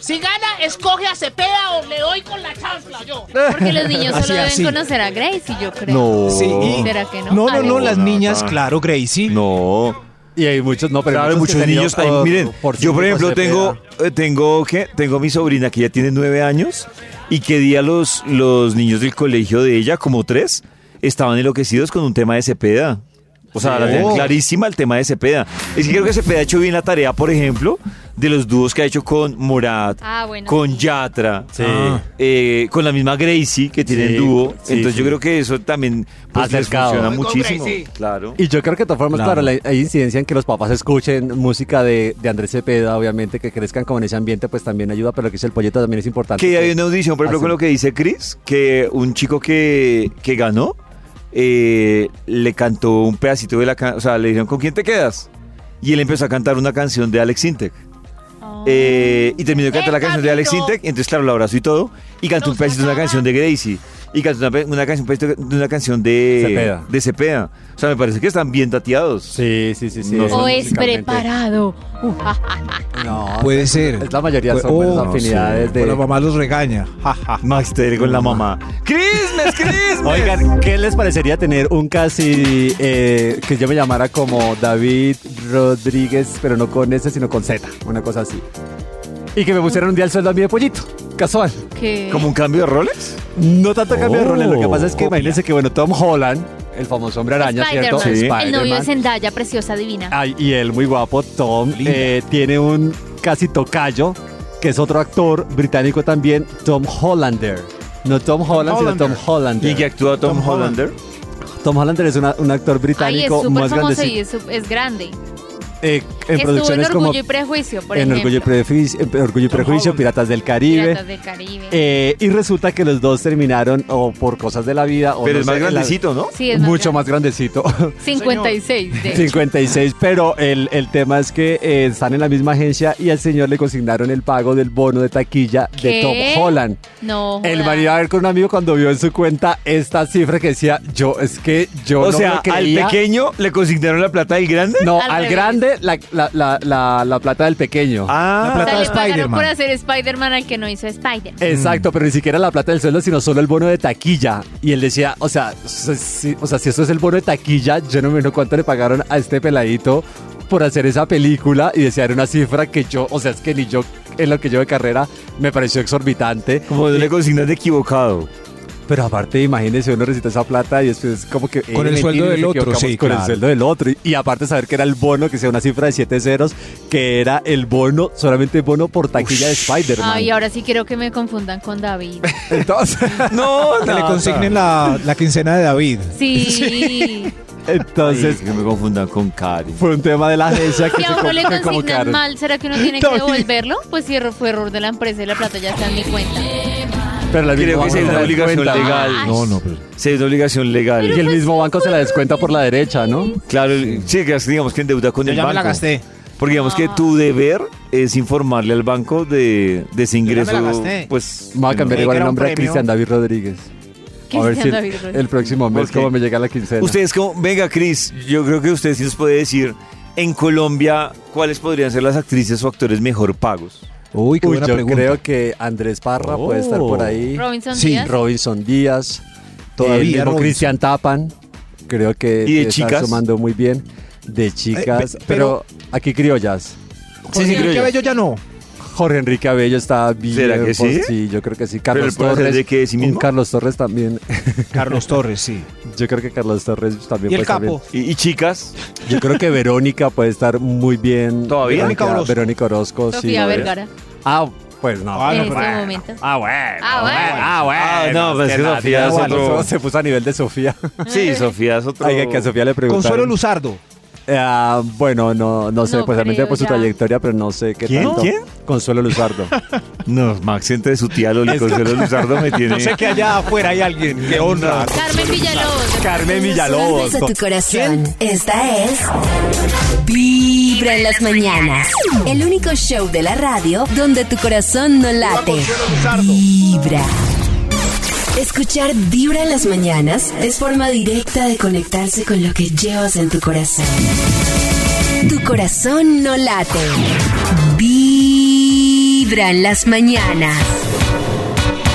Si gana, escoge a Cepeda o le doy con la chancla yo. Porque los niños solo Así, deben así. conocer a Gracie, yo creo. No. Sí, y- ¿Será que no? No, no, no, las Alex. niñas, claro, Gracie. No. Y hay muchos, no, pero Claro, hay muchos niños. hay- miren, yo por ejemplo tengo, eh, tengo que tengo mi sobrina que ya tiene nueve años y que día los, los niños del colegio de ella, como tres, estaban enloquecidos con un tema de Cepeda. O sea, la tenían Oh. clarísima el tema de Cepeda. Es que creo que Cepeda ha hecho bien la tarea, por ejemplo, de los dúos que ha hecho con Morat, Ah, bueno. con Yatra, Sí. eh, con la misma Gracie que tienen Sí, dúo. sí, Entonces yo sí. creo que eso también pues, les Acercado. funciona Voy con muchísimo. Gracie. Claro. Y yo creo que de todas formas, claro, la- hay incidencia en que los papás escuchen música de, de Andrés Cepeda, obviamente, que crezcan como en ese ambiente, pues también ayuda, pero lo que dice el polleto también es importante. pues. Que hay una audición, por ejemplo, Ah, con lo que dice Chris, que un chico que, que ganó eh, le cantó un pedacito de la canción, o sea, le dijeron, ¿con quién te quedas? Y él empezó a cantar una canción de Alex Intec. Ah. Eh, y terminó de cantar la canción de Alex Intec, entonces claro, lo abrazó y todo, y cantó un pedacito de una canción de Gracie, y cantó una, pe- una canción, un pedacito de una canción de Cepeda. de Cepeda. O sea, me parece que están bien tateados. Sí, sí, sí, sí. O es preparado. Uh, ja, ja, ja. No, Puede ser. Es la mayoría son Pues, buenas oh, afinidades sí. de. O la mamá los regaña. Master con la mamá. ¡Crismes, Crismes! Oigan, ¿qué les parecería tener un casi eh, que yo me llamara como David Rodríguez, pero no con S, sino con Z, una cosa así? Y que me pusieran un día el sueldo a mí de pollito, casual. ¿Qué? ¿Como un cambio de roles? No tanto cambio de roles, lo que pasa es que Oh. imagínense que, bueno, Tom Holland, el famoso hombre araña, ¿cierto? Spider-Man. El novio de Spider-Man. Zendaya, preciosa, divina. Ay, y él, muy guapo, Tom, eh, tiene un casi tocayo, que es otro actor británico también, Tom Hollander. No Tom Holland, sino Tom Hollander. ¿Y que actúa Tom, Hollander? Tom Hollander es una- un actor Ay, es británico súper más famoso grande y es, su- es grande. en Estuvo en producciones Orgullo como y Prejuicio, por en ejemplo. Orgullo y Prejuicio, en Orgullo y Prejuicio, Piratas del Caribe. Piratas del Caribe. Eh, y resulta que los dos terminaron o por cosas de la vida. O Pero no es sé, más la- grandecito, ¿no? Sí, es más Mucho más grandecito. 56 de 56, pero el, el tema es que eh, están en la misma agencia y al señor le consignaron el pago del bono de taquilla ¿Qué? de Tom Holland. No. El joda. marido a ver con un amigo cuando vio en su cuenta esta cifra que decía, yo es que yo O no sea, me al creía". pequeño le consignaron la plata al grande. No, Al al, revés. grande la, la- la- la- la plata del pequeño. Ah, O sea, le pagaron por hacer Spider-Man al que no hizo Spider. Mm. Mm. Exacto, pero ni siquiera la plata del sueldo, sino solo el bono de taquilla. Y él decía, o sea, si, si- o sea, si eso es el bono de taquilla, yo no me imagino cuánto le pagaron a este peladito por hacer esa película y decía, era una cifra que yo, o sea, es que ni yo, en lo que yo de carrera, me pareció exorbitante. Como le consignas de equivocado. Pero aparte, imagínense, uno recita esa plata y después es como que... Con el mentira, sueldo nos del otro, equivocamos sí, Con el claro. sueldo del otro. Y, y aparte saber que era el bono, que sea una cifra de siete ceros, que era el bono, solamente bono por taquilla de Spider-Man. Ay, ahora sí quiero que me confundan con David. Entonces, no, Que le consignen la, la quincena de David. Sí. sí. Entonces, que me confundan con Cari. fue un tema de la agencia que Si a se uno co- le que como consignan Karen. mal, ¿será que uno tiene que David. devolverlo? Pues si error- fue error de la empresa y la plata ya está en mi cuenta. Pero la Creo que sí hay una obligación legal. No, no, Sí, es una obligación legal. Y el pues, mismo banco se la descuenta por la derecha, ¿no? Claro, el- sí, que digamos que en deuda con Yo el ya banco. me la gasté. Ah. Porque digamos que tu deber es informarle al banco de, de ese ingreso. gasté. Pues. Vamos a que cambiar no- igual que el era un nombre a premio. Cristian David Rodríguez. A ver si Cristian el, David Ruiz. el próximo mes Porque como me llega la quincena. Ustedes como, venga Cris, yo creo que usted sí nos puede decir en Colombia cuáles podrían ser las actrices o actores mejor pagos. Uy, qué buena yo pregunta. creo que Andrés Parra puede Oh. estar por ahí. Robinson sí. Díaz. Robinson Díaz. Todavía El mismo Robinson. Cristian Tapan. Creo que ¿Y de está chicas? sumando muy bien. De chicas. Eh, pe- pero, pero- aquí criollas. Jorge Enrique Abello ya no. Jorge Enrique Abello está bien. ¿Será que sí? pues, yo creo que sí. ¿Pero Carlos él puede hacer Torres. de qué, de sí un mismo? Carlos Torres también. Carlos Torres, sí. Yo creo que Carlos Torres también ¿Y puede el estar bien. capo? ¿Y, y chicas? Yo creo que Verónica puede estar muy bien. ¿Todavía? Verónica Verónica Orozco. Verónica Orozco. sí, Sofía ¿no? Vergara. Ah, pues no. en este momento. Ah, bueno. Ah, bueno. Ah, bueno. Ah, no, pues es que Nadie Sofía es igual, otro- Se puso a nivel de Sofía. Sí, Sofía es otro. Oiga, que a Sofía le preguntaron. Consuelo Luzardo. Ah, bueno, no, no sé, No pues realmente creo, por su ya. trayectoria, pero no sé qué ¿Quién? tanto. ¿Quién? Consuelo Luzardo. No, Max, entre su tía Loli Consuelo Luzardo me tiene... Yo sé que allá afuera hay alguien que honra. Carmen Villalobos. Carmen Salves a tu corazón. Esta es Vibra en las mañanas. El único show de la radio donde tu corazón no late. Vibra. Escuchar Vibra en las mañanas es forma directa de conectarse con lo que llevas en tu corazón. Tu corazón no late. Vibra en las mañanas.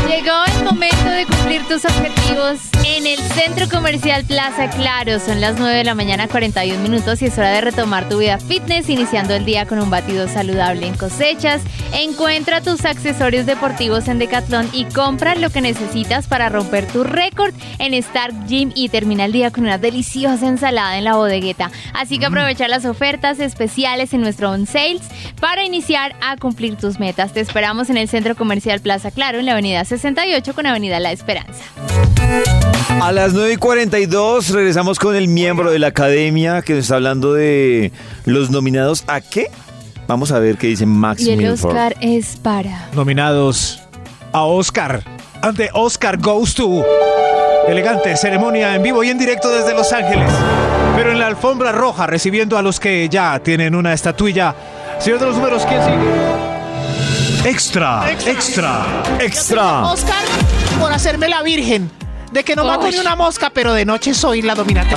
Llegó el momento de cumplir tus objetivos en el Centro Comercial Plaza Claro. Son las 9 de la mañana, 41 minutos y es hora de retomar tu vida fitness, iniciando el día con un batido saludable en cosechas. Encuentra tus accesorios deportivos en Decathlon y compra lo que necesitas para romper tu récord en Stark Gym y termina el día con una deliciosa ensalada en la bodegueta. Así que aprovecha las ofertas especiales en nuestro On Sales para iniciar a cumplir tus metas. Te esperamos en el Centro Comercial Plaza Claro, en la Avenida 68 con Avenida La Esperanza. A las 9.42 regresamos con el miembro de la academia que nos está hablando de los nominados a qué. Vamos a ver qué dice Max Y el Milford. Oscar es para... Nominados a Oscar. Ante Oscar Goes to. Elegante ceremonia en vivo y en directo desde Los Ángeles. Pero en la alfombra roja, recibiendo a los que ya tienen una estatuilla. Señor de los números, ¿quién sigue? Extra, extra, extra. Oscar, por hacerme la virgen. De que no mato ni una mosca, pero de noche soy la dominante.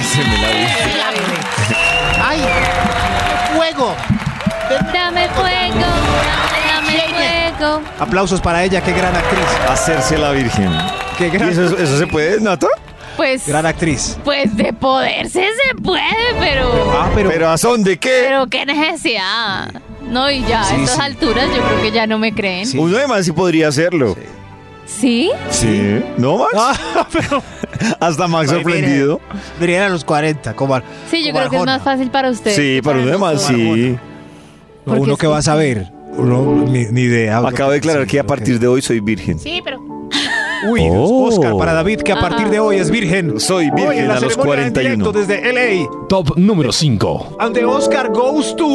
¡Ay! ¡Fuego! ¡Dame fuego! ¡Dame fuego! Aplausos para ella, qué gran actriz. Hacerse la virgen. Qué gran- ¿Y eso, eso se puede, Nata? Pues, Gran actriz. Ah, pues de poderse se puede, pero... pero... ¿a son de qué? Pero qué necesidad. No, y ya a Sí, estas sí. alturas yo creo que ya no me creen. ¿Sí? Uno de más sí podría hacerlo. Sí. ¿No, Max? Ah, Hasta Max sorprendido. Dirían a los 40, como a- Sí, como yo creo que es Arjona. más fácil para ustedes. Sí, para uno de más sí. No, uno que va a saber. Uno, ni, ni idea. Acabo de declarar que a partir de hoy soy virgen. Sí, pero... Uy, Oh. Oscar para David, que a partir de hoy es virgen. Soy Hoy en virgen la a los ceremonia en 41. directo desde LA. Top número 5. Ante Oscar goes to.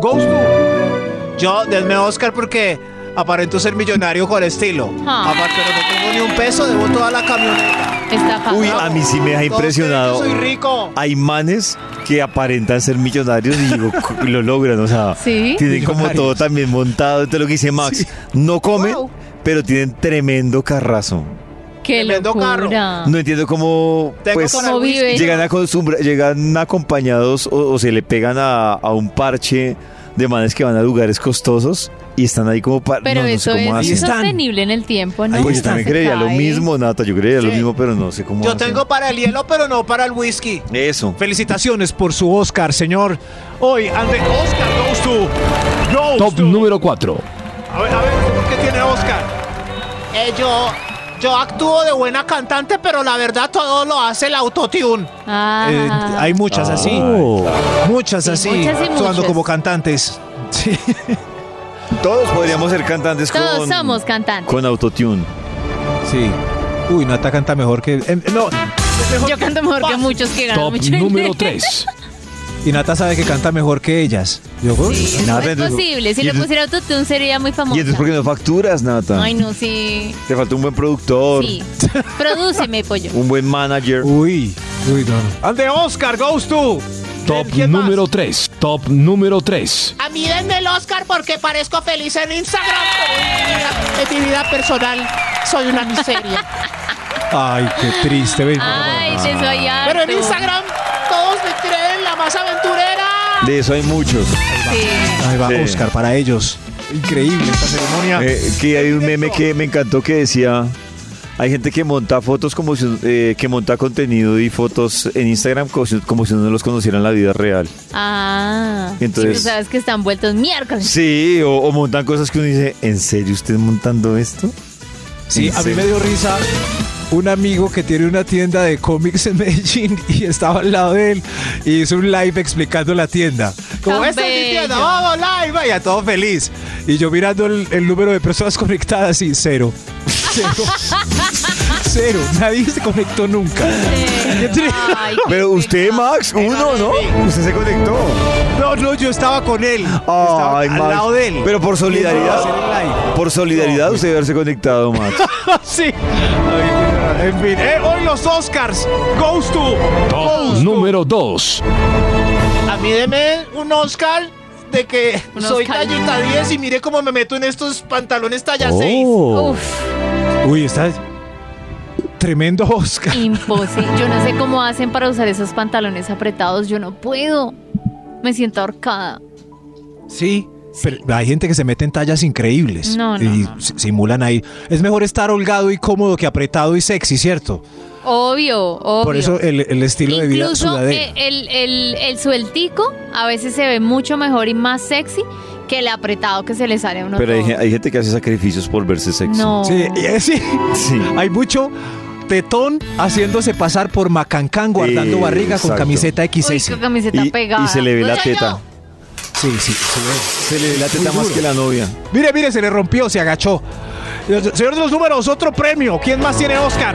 Goes to. Yo, denme a Oscar porque aparento ser millonario con estilo. Ah. Aparte, no tengo ni un peso, debo toda la camioneta. Está fácil. Uy, a mí sí me ha impresionado. Soy rico. Hay manes que aparentan ser millonarios y digo, cu- lo logran, o sea, Sí. tienen como Millonarios. todo también montado. Entonces lo que dice Max, no comen, pero tienen tremendo carrazo. ¡Qué locura! No entiendo cómo Ah. Tengo pues, con el ¿Cómo whisky. viven? llegan, a consumbra- llegan acompañados o, o se le pegan a, a un parche de manes que van a lugares costosos y están ahí como para... Pero no, no sé eso cómo es hacen. insostenible en el tiempo, ¿no? Ay, Pues yo también Se creería lo cae. mismo, Nata, yo creería lo mismo, pero no sé cómo Yo hacen. tengo para el hielo, pero no para el whisky. Eso. Felicitaciones por su Oscar, señor. Hoy, ante Oscar goes to. Goes Top to. número 4. A ver, a ver, ¿por qué tiene Oscar? Eh, yo, yo actúo de buena cantante, pero la verdad todo lo hace el autotune. Eh, Ah. hay muchas así. Muchas así. muchas y actuando muchas. como cantantes. Sí. Todos podríamos ser cantantes Todos con, somos cantantes. con autotune. Sí. Uy, Nata canta mejor que. em, no, Yo canto mejor que muchos que ganan mucho dinero. y Nata sabe que canta mejor que ellas. Yo, Sí, Nada, no es entonces- posible. Si y le entonces- pusiera autotune sería muy famosa. ¿Y entonces por qué no facturas, Nata? Ay, no, sí. Te falta un buen productor, Sí. Prodúceme, pollo. un buen manager. Uy, uy, no. Ante Oscar, goes to. Top número 3. Top número 3. A mí denme el Oscar porque parezco feliz en Instagram, pero en mi vida, en mi vida personal soy una miseria. Ay, qué triste, ve. Ay, de eso hay harto. Pero en Instagram todos me creen la más aventurera. De eso hay muchos. Ahí va Sí. Oscar para ellos. Increíble esta ceremonia. Eh, que hay un meme que me encantó que decía. Hay gente que monta fotos como si, eh, que monta contenido y fotos en Instagram como si, como si no los conociera en la vida real. Ah. Entonces- Tú sabes que están vueltos miércoles. Sí, o, o montan cosas que uno dice, ¿en serio usted montando esto? Sí, ¿En a mí serio? me dio risa un amigo que tiene una tienda de cómics en Medellín y estaba al lado de él y hizo un live explicando la tienda. Como Tan esta es mi tienda, bello". vamos live, vaya, todo feliz. Y yo mirando el, el número de personas conectadas y cero. Cero, cero. Nadie se conectó nunca. Qué triste. Pero usted, Max, uno, ¿no? Usted se conectó. No, no, yo estaba con él. Estaba Ay, al Max. lado de él. Pero por solidaridad. Hacer el live. Por solidaridad usted debe haberse conectado, Max. sí. Ay, en fin, eh, hoy los Oscars. Goes to. Número 2. A mí deme un Oscar de que Un soy Oscar. tallita 10 y mire cómo me meto en estos pantalones talla 6. Oh. Uf, Uy, está tremendo Oscar. imposible. Yo no sé cómo hacen para usar esos pantalones apretados. Yo no puedo. Me siento ahorcada. Sí. Pero hay gente que se mete en tallas increíbles No, no, y no, no. si- simulan ahí. Es mejor estar holgado y cómodo que apretado y sexy, ¿cierto? Obvio, obvio. Por eso el, el estilo de vida Incluso sudadera. eh, el, el- el sueltico a veces se ve mucho mejor y más sexy que el apretado que se le sale a uno. Pero hay, todo. gen- hay gente que hace sacrificios por verse sexy. No. Sí, eh, sí. Sí. Hay mucho tetón haciéndose pasar por macancán guardando Eh, barriga con exacto. camiseta Uy, XS. con camiseta Y, pegada. y se le ve la Ay, teta. Sí, sí, se ve. Se le ve la teta Muy más duro. que la novia. Mire, mire, se le rompió, se agachó. Señor de los números, otro premio. ¿Quién más tiene Oscar?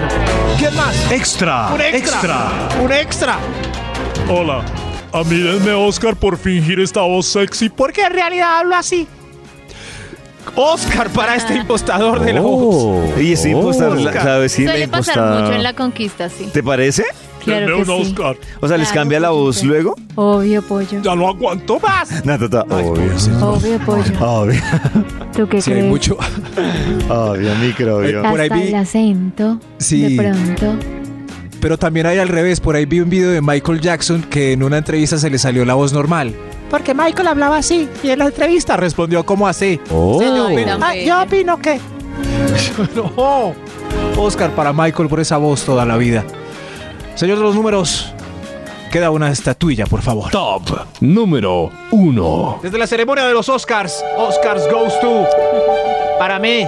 ¿Quién más? Extra, Un extra. Un extra. Hola. A mí denme Oscar por fingir esta voz sexy. Porque en realidad hablo así. Oscar para este impostador de la voz. Oh. Y es impostada, la- ¿sabes? Sí, la Suele pasar impostada. mucho en la conquista, sí. ¿Te parece? Claro que sí. O sea, ¿les Claro, cambia la voz luego? Obvio, pollo. Ya no aguanto más. No, no, no, obvio. Ah, Obvio, pollo. Obvio. ¿Tú qué Sí, hay crees? mucho. Obvio, microbio. Por ahí Hasta vi- el acento. Sí. De pronto. Pero también hay al revés. Por ahí vi un video de Michael Jackson que en una entrevista se le salió la voz normal. Porque Michael hablaba así y en la entrevista respondió como así. Ay, opino- tan ah, bello. opino que. no. Oscar para Michael por esa voz toda la vida. Señor de los números, queda una estatuilla, por favor. Top número 1. Desde la ceremonia de los Oscars, Oscars goes to. Para mí,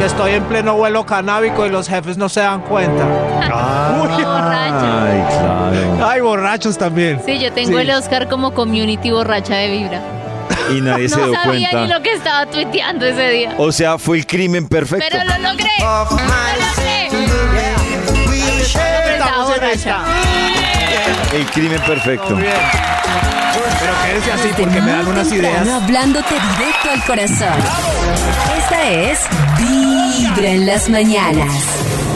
que estoy en pleno vuelo canábico y los jefes no se dan cuenta. Ah. Ay, claro. Ay, borrachos también. Sí, yo tengo el Oscar como community borracha de vibra. Y nadie se no dio sabía ni cuenta. lo que estaba tuiteando ese día. O sea, fue el crimen perfecto. Pero lo logré. Lo logré. Estaba borracha. El crimen perfecto. Pero quédese así Desde porque me muy dan unas temprano, ideas. Hablándote directo al corazón. Esta es Vibra en las mañanas.